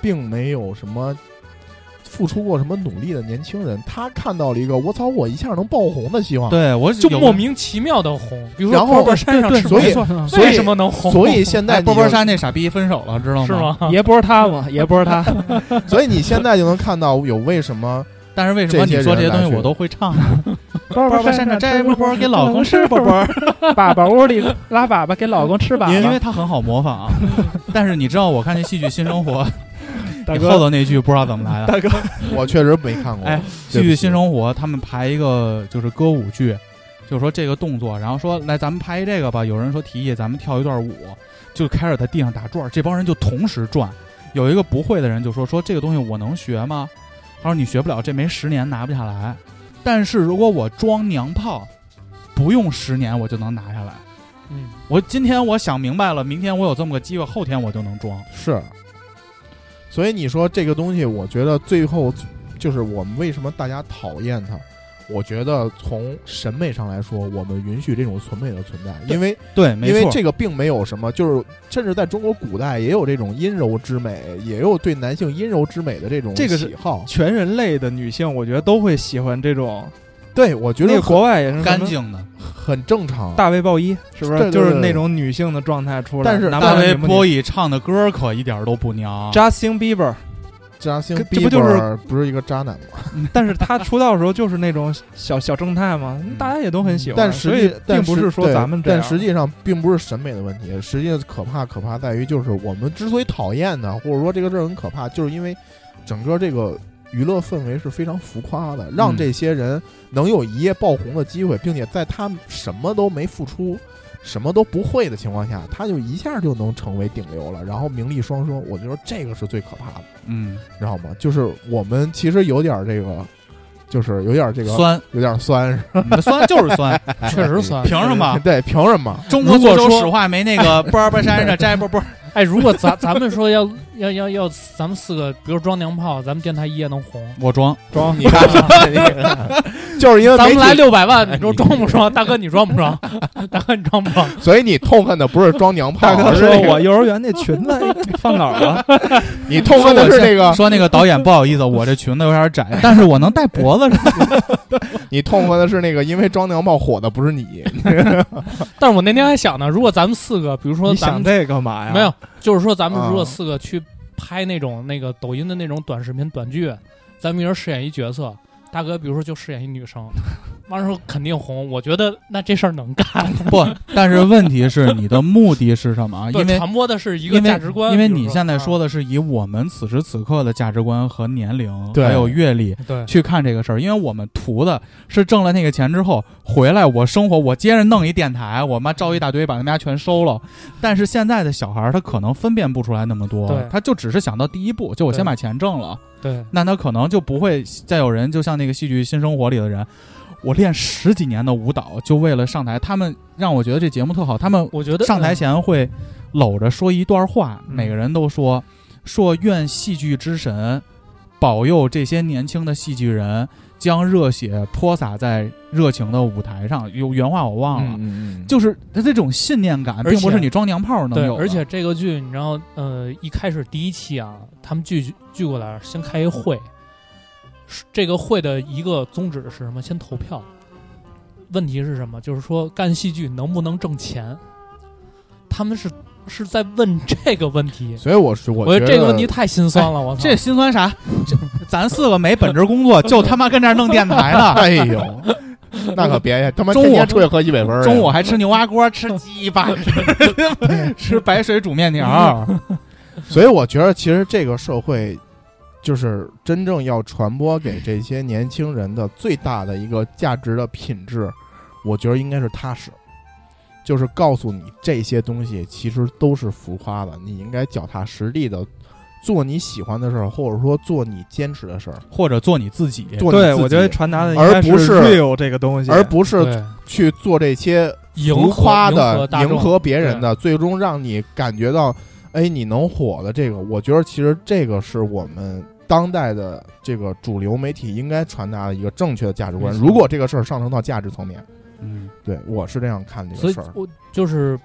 并没有什么付出过什么努力的年轻人，他看到了一个我操，我一下能爆红的希望。
对我
就
有
莫名其妙的红，比如说
然后
波波山上
对
吃
所以
没错
所以
为什么能红？
所以现在
哎
你就
波波山那傻逼分手了，知道吗？
是吗？
爷波他嘛，爷波 他，
所以你现在就能看到有为什么
但是为什么你说这些东西我都会唱呢？
波
波
波
山上摘波波给老公
吃
吃波波，
波，粑粑窝里拉粑粑给老公吃粑粑。
因为他很好模仿。啊。但是你知道，我看那戏剧《新生活》
大
你后
哥
头那句不知道怎么来的。
大哥，
我确实没看 过。
哎，戏剧《新生活》他们排一个就是歌舞剧，就是说这个动作，然后说来咱们拍这个吧。有人说提议咱们跳一段舞，就开始在地上打转，这帮人就同时转。有一个不会的人就说说这个东西我能学吗？他说你学不了，这没十年拿不下来。但是如果我装娘炮，不用十年我就能拿下来。
嗯，
我今天我想明白了，明天我有这么个机会，后天我就能装。
是，所以你说这个东西，我觉得最后就是我们为什么大家讨厌它。我觉得从审美上来说，我们允许这种审美的存在，因为
对，没
因
错。
为这个并没有什么，就是甚至在中国古代也有这种阴柔之美，也有对男性阴柔之美的这种
这个是
喜好。
全人类的女性，我觉得都会喜欢这种。
对，我觉
那
得
个国外也是什么
干净的，
很正常。
大卫鲍伊，是不
对对对
是就是那种女性的状态出来？
但是
哪怕
大卫
你们
波伊唱的歌可一点都不娘。
Justin Bieber，
扎心
这不就是
不是一个渣男吗？
但是他出道的时候就是那种小小正太嘛
嗯，
大家也都很喜欢。
但实
所以
际，
并
但
不
实
是说
对
咱们这样，
但实际上并不是审美的问题，实际上可怕可怕在于就是我们之所以讨厌它，或者说这个事儿很可怕，就是因为整个这个娱乐氛围是非常浮夸的，让
嗯
这些人能有一夜爆红的机会，并且在他们什么都没付出。什么都不会的情况下，他就一下就能成为顶流了，然后名利双收。我觉得这个是最可怕的，
嗯，
你知道吗？就是我们其实有点儿这个，就是有点儿这个，
酸，
有点儿酸，是吧
你的酸就是酸，
确实酸。
凭什
啊
么？
对，凭什么？
中国
啊如果
足球
说
史话没那 个波尔波山上摘波波，
哎，如果咱咱们说要要要要，咱们四个，比如装娘炮，咱们电台一夜能 红。
我装
装
你 看，就是因为
咱
媒
们
体
来六百万，哎你说装不装？大哥，你装不 装？大哥，你装不装？
所以你痛恨的不是装娘炮，
大哥
而是
说
那个
我幼儿园那 裙子哎放哪儿 了？
你痛恨的是那个，
说那个导演不好意思，我这裙子有点窄，但是我能戴脖子上。
你痛恨的是那个，因为装娘炮火的不是你，
但是我那天还想呢，如果咱们四个，比如说
你
咱
想
们
这干嘛呀？
没有，，就是说咱们如
啊
果四个去拍那种那个抖音 的那种短视频短剧，咱们一人饰演一角色，大哥，比如说就饰演一女生，完事后肯定红。我觉得那这事儿能干，
不，但是问题是你的目的是什么 啊？
对
因为
传播的是一个
因为
价值观，
因为
比如
你现在说
啊
的是以我们此时此刻的价值观和年龄
对
还有阅历
对
去看这个事儿，因为我们图的是挣了那个钱之后回来我生活，我接着弄一电台，我妈招一大堆把他们家全收了。但是现在的小孩儿他可能分辨不出来那么多
对，
他就只是想到第一步，就我先
对
把钱挣了，
对
那他可能就不会再有人就像那个戏剧新生活里的人。我练十几年的舞蹈，就为了上台。他们让我觉得这节目特好。他们
我觉得
上台
嗯
前会搂着说一段话，
嗯
每个人都说说愿戏剧之神保佑这些年轻的戏剧人将热血泼洒在热情的舞台上。有原话我忘了，
嗯嗯，
就是他这种信念感，
而且
并不是你装娘炮能
对，
有的。
而且这个剧，你知道，呃，一开始第一期啊，他们聚聚过来，先开一会，是这个会的一个宗旨是什么？先投票。问题是什么？就是说干戏剧能不能挣钱？他们是是在问这个问题。
所以我是我
我觉
觉
得
得
这个问题太心酸了，我操！
这心酸啥？ 这咱四个没本职工作，就他妈跟这儿弄电台 呢。
哎呦，那可别呀，他妈
中午
天天出去喝一百分儿呀，啊
中午还吃牛蛙锅，吃鸡巴， 吃吃白水煮面条。
嗯
所以我觉得，其实这个社会就是真正要传播给这些年轻人的最大的一个价值的品质，我觉得应该是踏实，就是告诉你这些东西其实都是浮夸的，你应该脚踏实地的做你喜欢的事儿，或者说做你坚持的事儿，
或者做你自己。
做你
对，
自己
我觉得传达的应
而
该
不是
real 这个东西，
而不是
对
去做这些
迎
浮
合
夸
迎合
的
大
迎
众
合别人的，最终让你感觉到，哎，你能火的这个，我觉得其实这个是我们当代的这个主流媒体应该传达的一个正确的价值观。
没错
如果这个事儿上升到价值层面，
嗯，
对我是这样看这
所
个
以
事儿。
我就是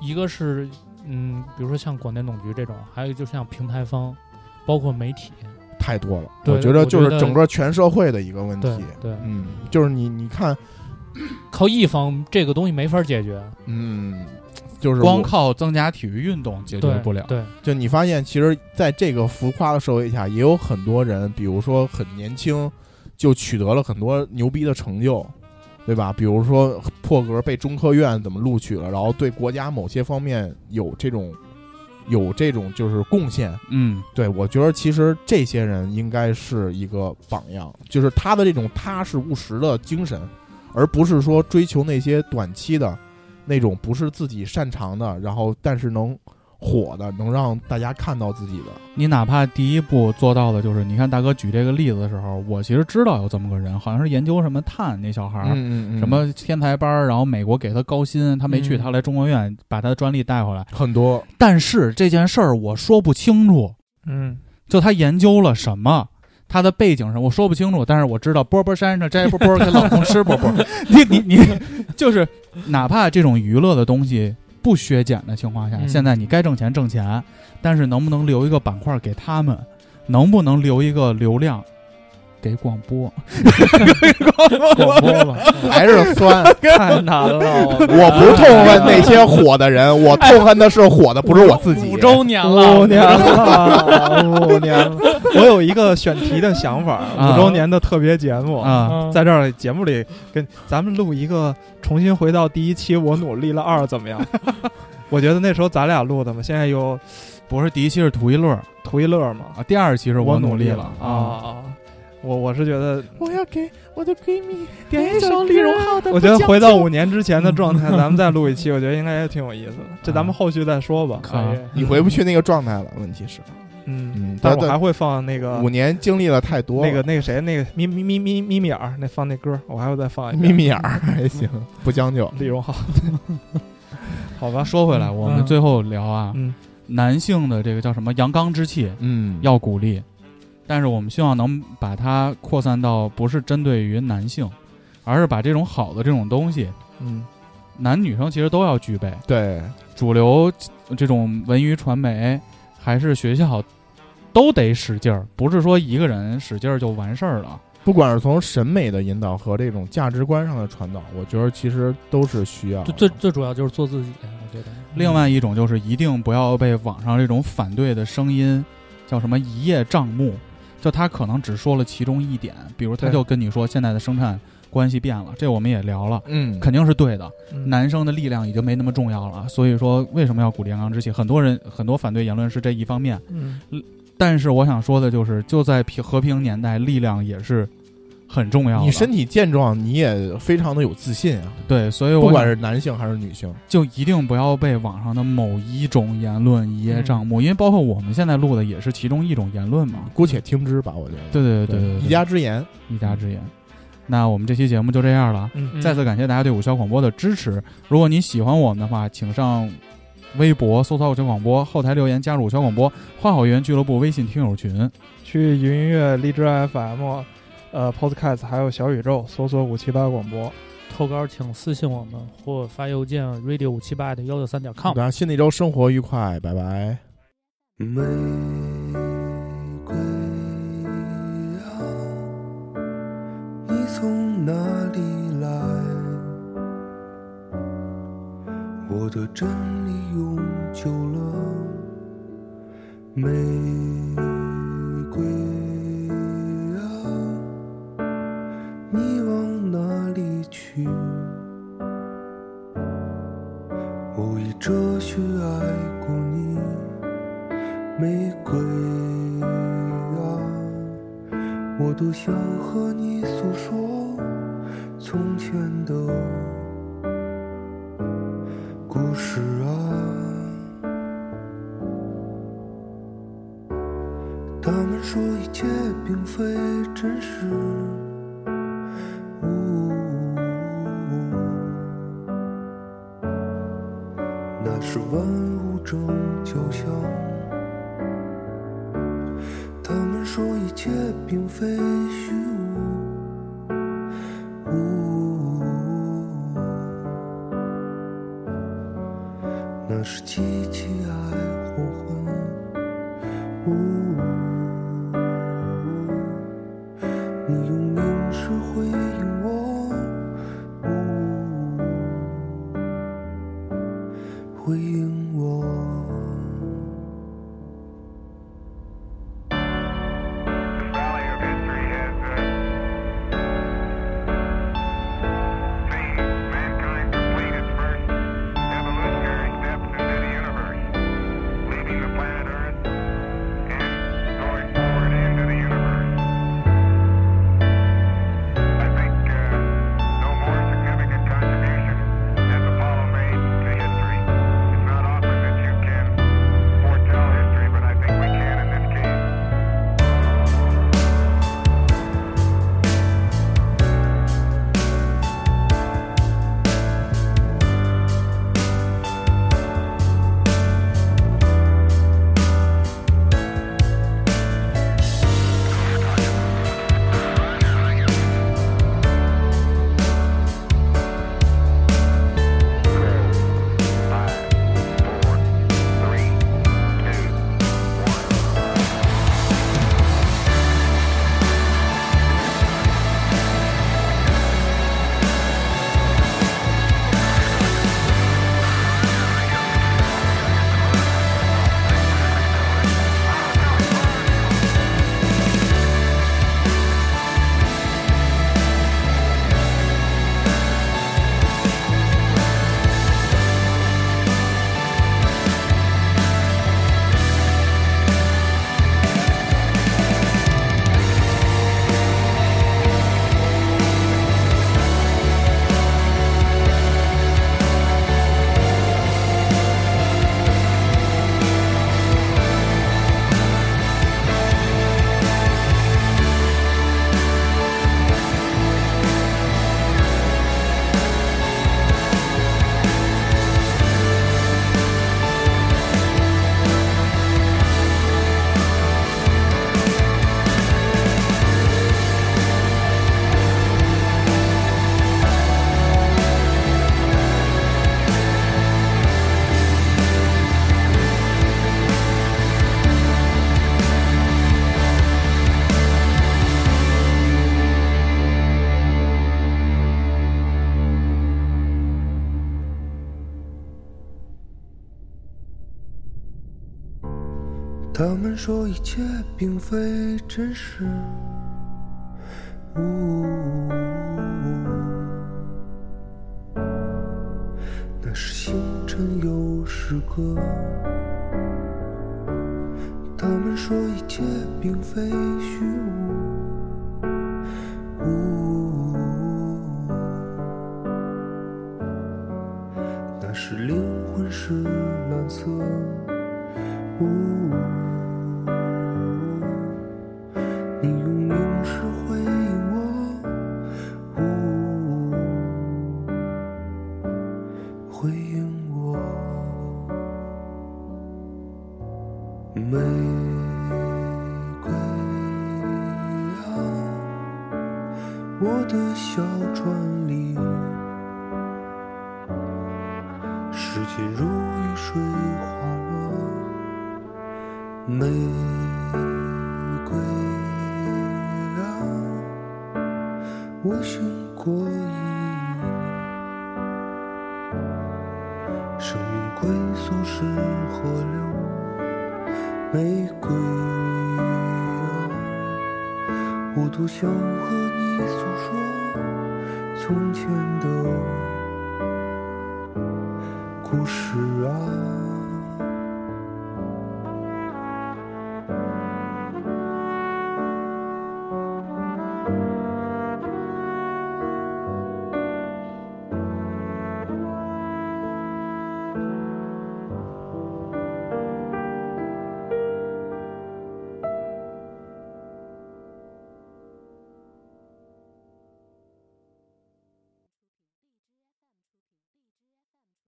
一个是嗯，比如说像广电总局这种，还有就像平台方，包括媒体，
太多了，
对
我觉得就
我觉
是
得
整个全社会的一个问
对
题。
对，
嗯，就是你你看，
靠一方这个东西没法解决，
嗯，就是
光
我
靠增加体育运动解决
对
不了。
对
就你发现，其实在这个浮夸的社会下，也有很多人，比如说很年轻就取得了很多牛逼的成就，对吧？比如说破格被中科院怎么录取了，然后对国家某些方面有这种有这种就是贡献。
嗯，
对我觉得，其实这些人应该是一个榜样，就是他的这种踏实务实的精神，而不是说追求那些短期的那种不是自己擅长的，然后但是能火的，能让大家看到自己的。
你哪怕第一步做到的就是，你看大哥举这个例子的时候，我其实知道有这么个人，好像是研究什么碳那小孩儿。
嗯
什么天才班儿，然后美国给他高薪，他没去，
嗯
他来中科院把他的专利带回来。
很多，
但是这件事儿我说不清楚，
嗯，
就他研究了什么，他的背景什么，我说不清楚。但是我知道波波山上摘波波给老公吃波 波。你你你，就是哪怕这种娱乐的东西不削减的情况下，
嗯
现在你该挣钱挣钱，但是能不能留一个板块给他们？能不能留一个流量给广播？
广播吧，
还是酸。
太 难了，
我不痛恨那些火的人，我痛恨的是火的，不是我自己。
五周年
五
了，
年了，五年了。我有一个选题的想法，
啊
五周年的特别节 目，
啊，
嗯
在这儿节目里跟咱们录一个，重新回到第一期《我努力了二》怎么样？ 我觉得那时候咱俩录的嘛，现在又
不是第一期是图一乐啊，
图一乐嘛。
第二期是
我
努
力
了啊。
啊！我我是觉得，
我要给我的闺蜜
点一首
李荣
浩的
我觉得回到五年之前的状态，咱们再录一期，我觉得应该也挺有意思的。这咱们后续再说吧。啊
可以，
你回不去那个状态了。问题是，
嗯，
嗯，
但我还
但
会放那个
五年经历了太多了。
那个那个谁那个咪咪咪咪咪咪儿那放那歌，我还会再放一遍
眯眯眼儿还行，不将就。
李荣浩。好吧，
说回来，我们
嗯
最后聊啊，
嗯
男性的这个叫什么阳刚之气
嗯
要鼓励，但是我们希望能把它扩散到不是针对于男性，而是把这种好的这种东西，
嗯
男女生其实都要具备。
对，
主流这种文娱传媒还是学校都得使劲儿，不是说一个人使劲儿就完事儿了。
不管是从审美的引导和这种价值观上的传导，我觉得其实都是需要的。
最最最主要就是做自己，我觉得。嗯
另外一种就是一定不要被网上这种反对的声音，叫什么一叶障目，就他可能只说了其中一点，比如他
对
就跟你说现在的生产关系变了，这我们也聊了，
嗯，
肯定是对的。
嗯
男生的力量已经没那么重要了，所以说为什么要鼓励阳刚之气？很多人很多反对言论是这一方面，
嗯
但是我想说的就是，就在平和平年代，力量也是很重要的。
你身体健壮，你也非常的有自信啊，
对，所以
不
我
管
想
是男性还是女性，
就一定不要被网上的某一种言论一叶障目，因为包括我们现在录的也是其中一种言论嘛。
姑且听之吧，我觉得。
对对对对对，
一家之言，
一家之言。那我们这期节目就这样了，
嗯
再次感谢大家对五七八广播的支持。如果您喜欢我们的话，请上微博搜索“五七八广播”，后台留言加入“五七八广播”花好园俱乐部微信听友群。
去云音乐、荔枝 FM、呃 Podcast 还有小宇宙搜索五七八广播。
投稿请私信我们或发邮件 radio 五七八的幺六三点 com。
然后新的一周生活愉快，拜拜。
玫瑰啊，你从哪里来？我的真理永久了。玫瑰啊，你往哪里去？我以哲学爱过你。玫瑰啊，我多想和你诉说从前的故事啊。他们说一切并非真实。哦那是万物正交响。他们说一切并非虚无。那是极其爱火魂。你用凝视回应我，回应我。
valley of history has uh, seen mankind complete its first evolutionary steps into the universe, leaving the planet Earth and going forward into the universe. I think uh, no more significant contribution has Apollo made to history. It's not often that you can foretell history, but I think we can in this case. Five, four, three, two, one.
他们说一切并非真实。呜、那是星辰又是歌。他们说一切并非虚无。那是灵魂是蓝色。你用凝视回应我，回应我，玫瑰啊，我的小船里，世界如雨水滑落。玫瑰啊，我行过瘾，生命归宿是河流。玫瑰啊，我多想和你诉说从前的故事啊。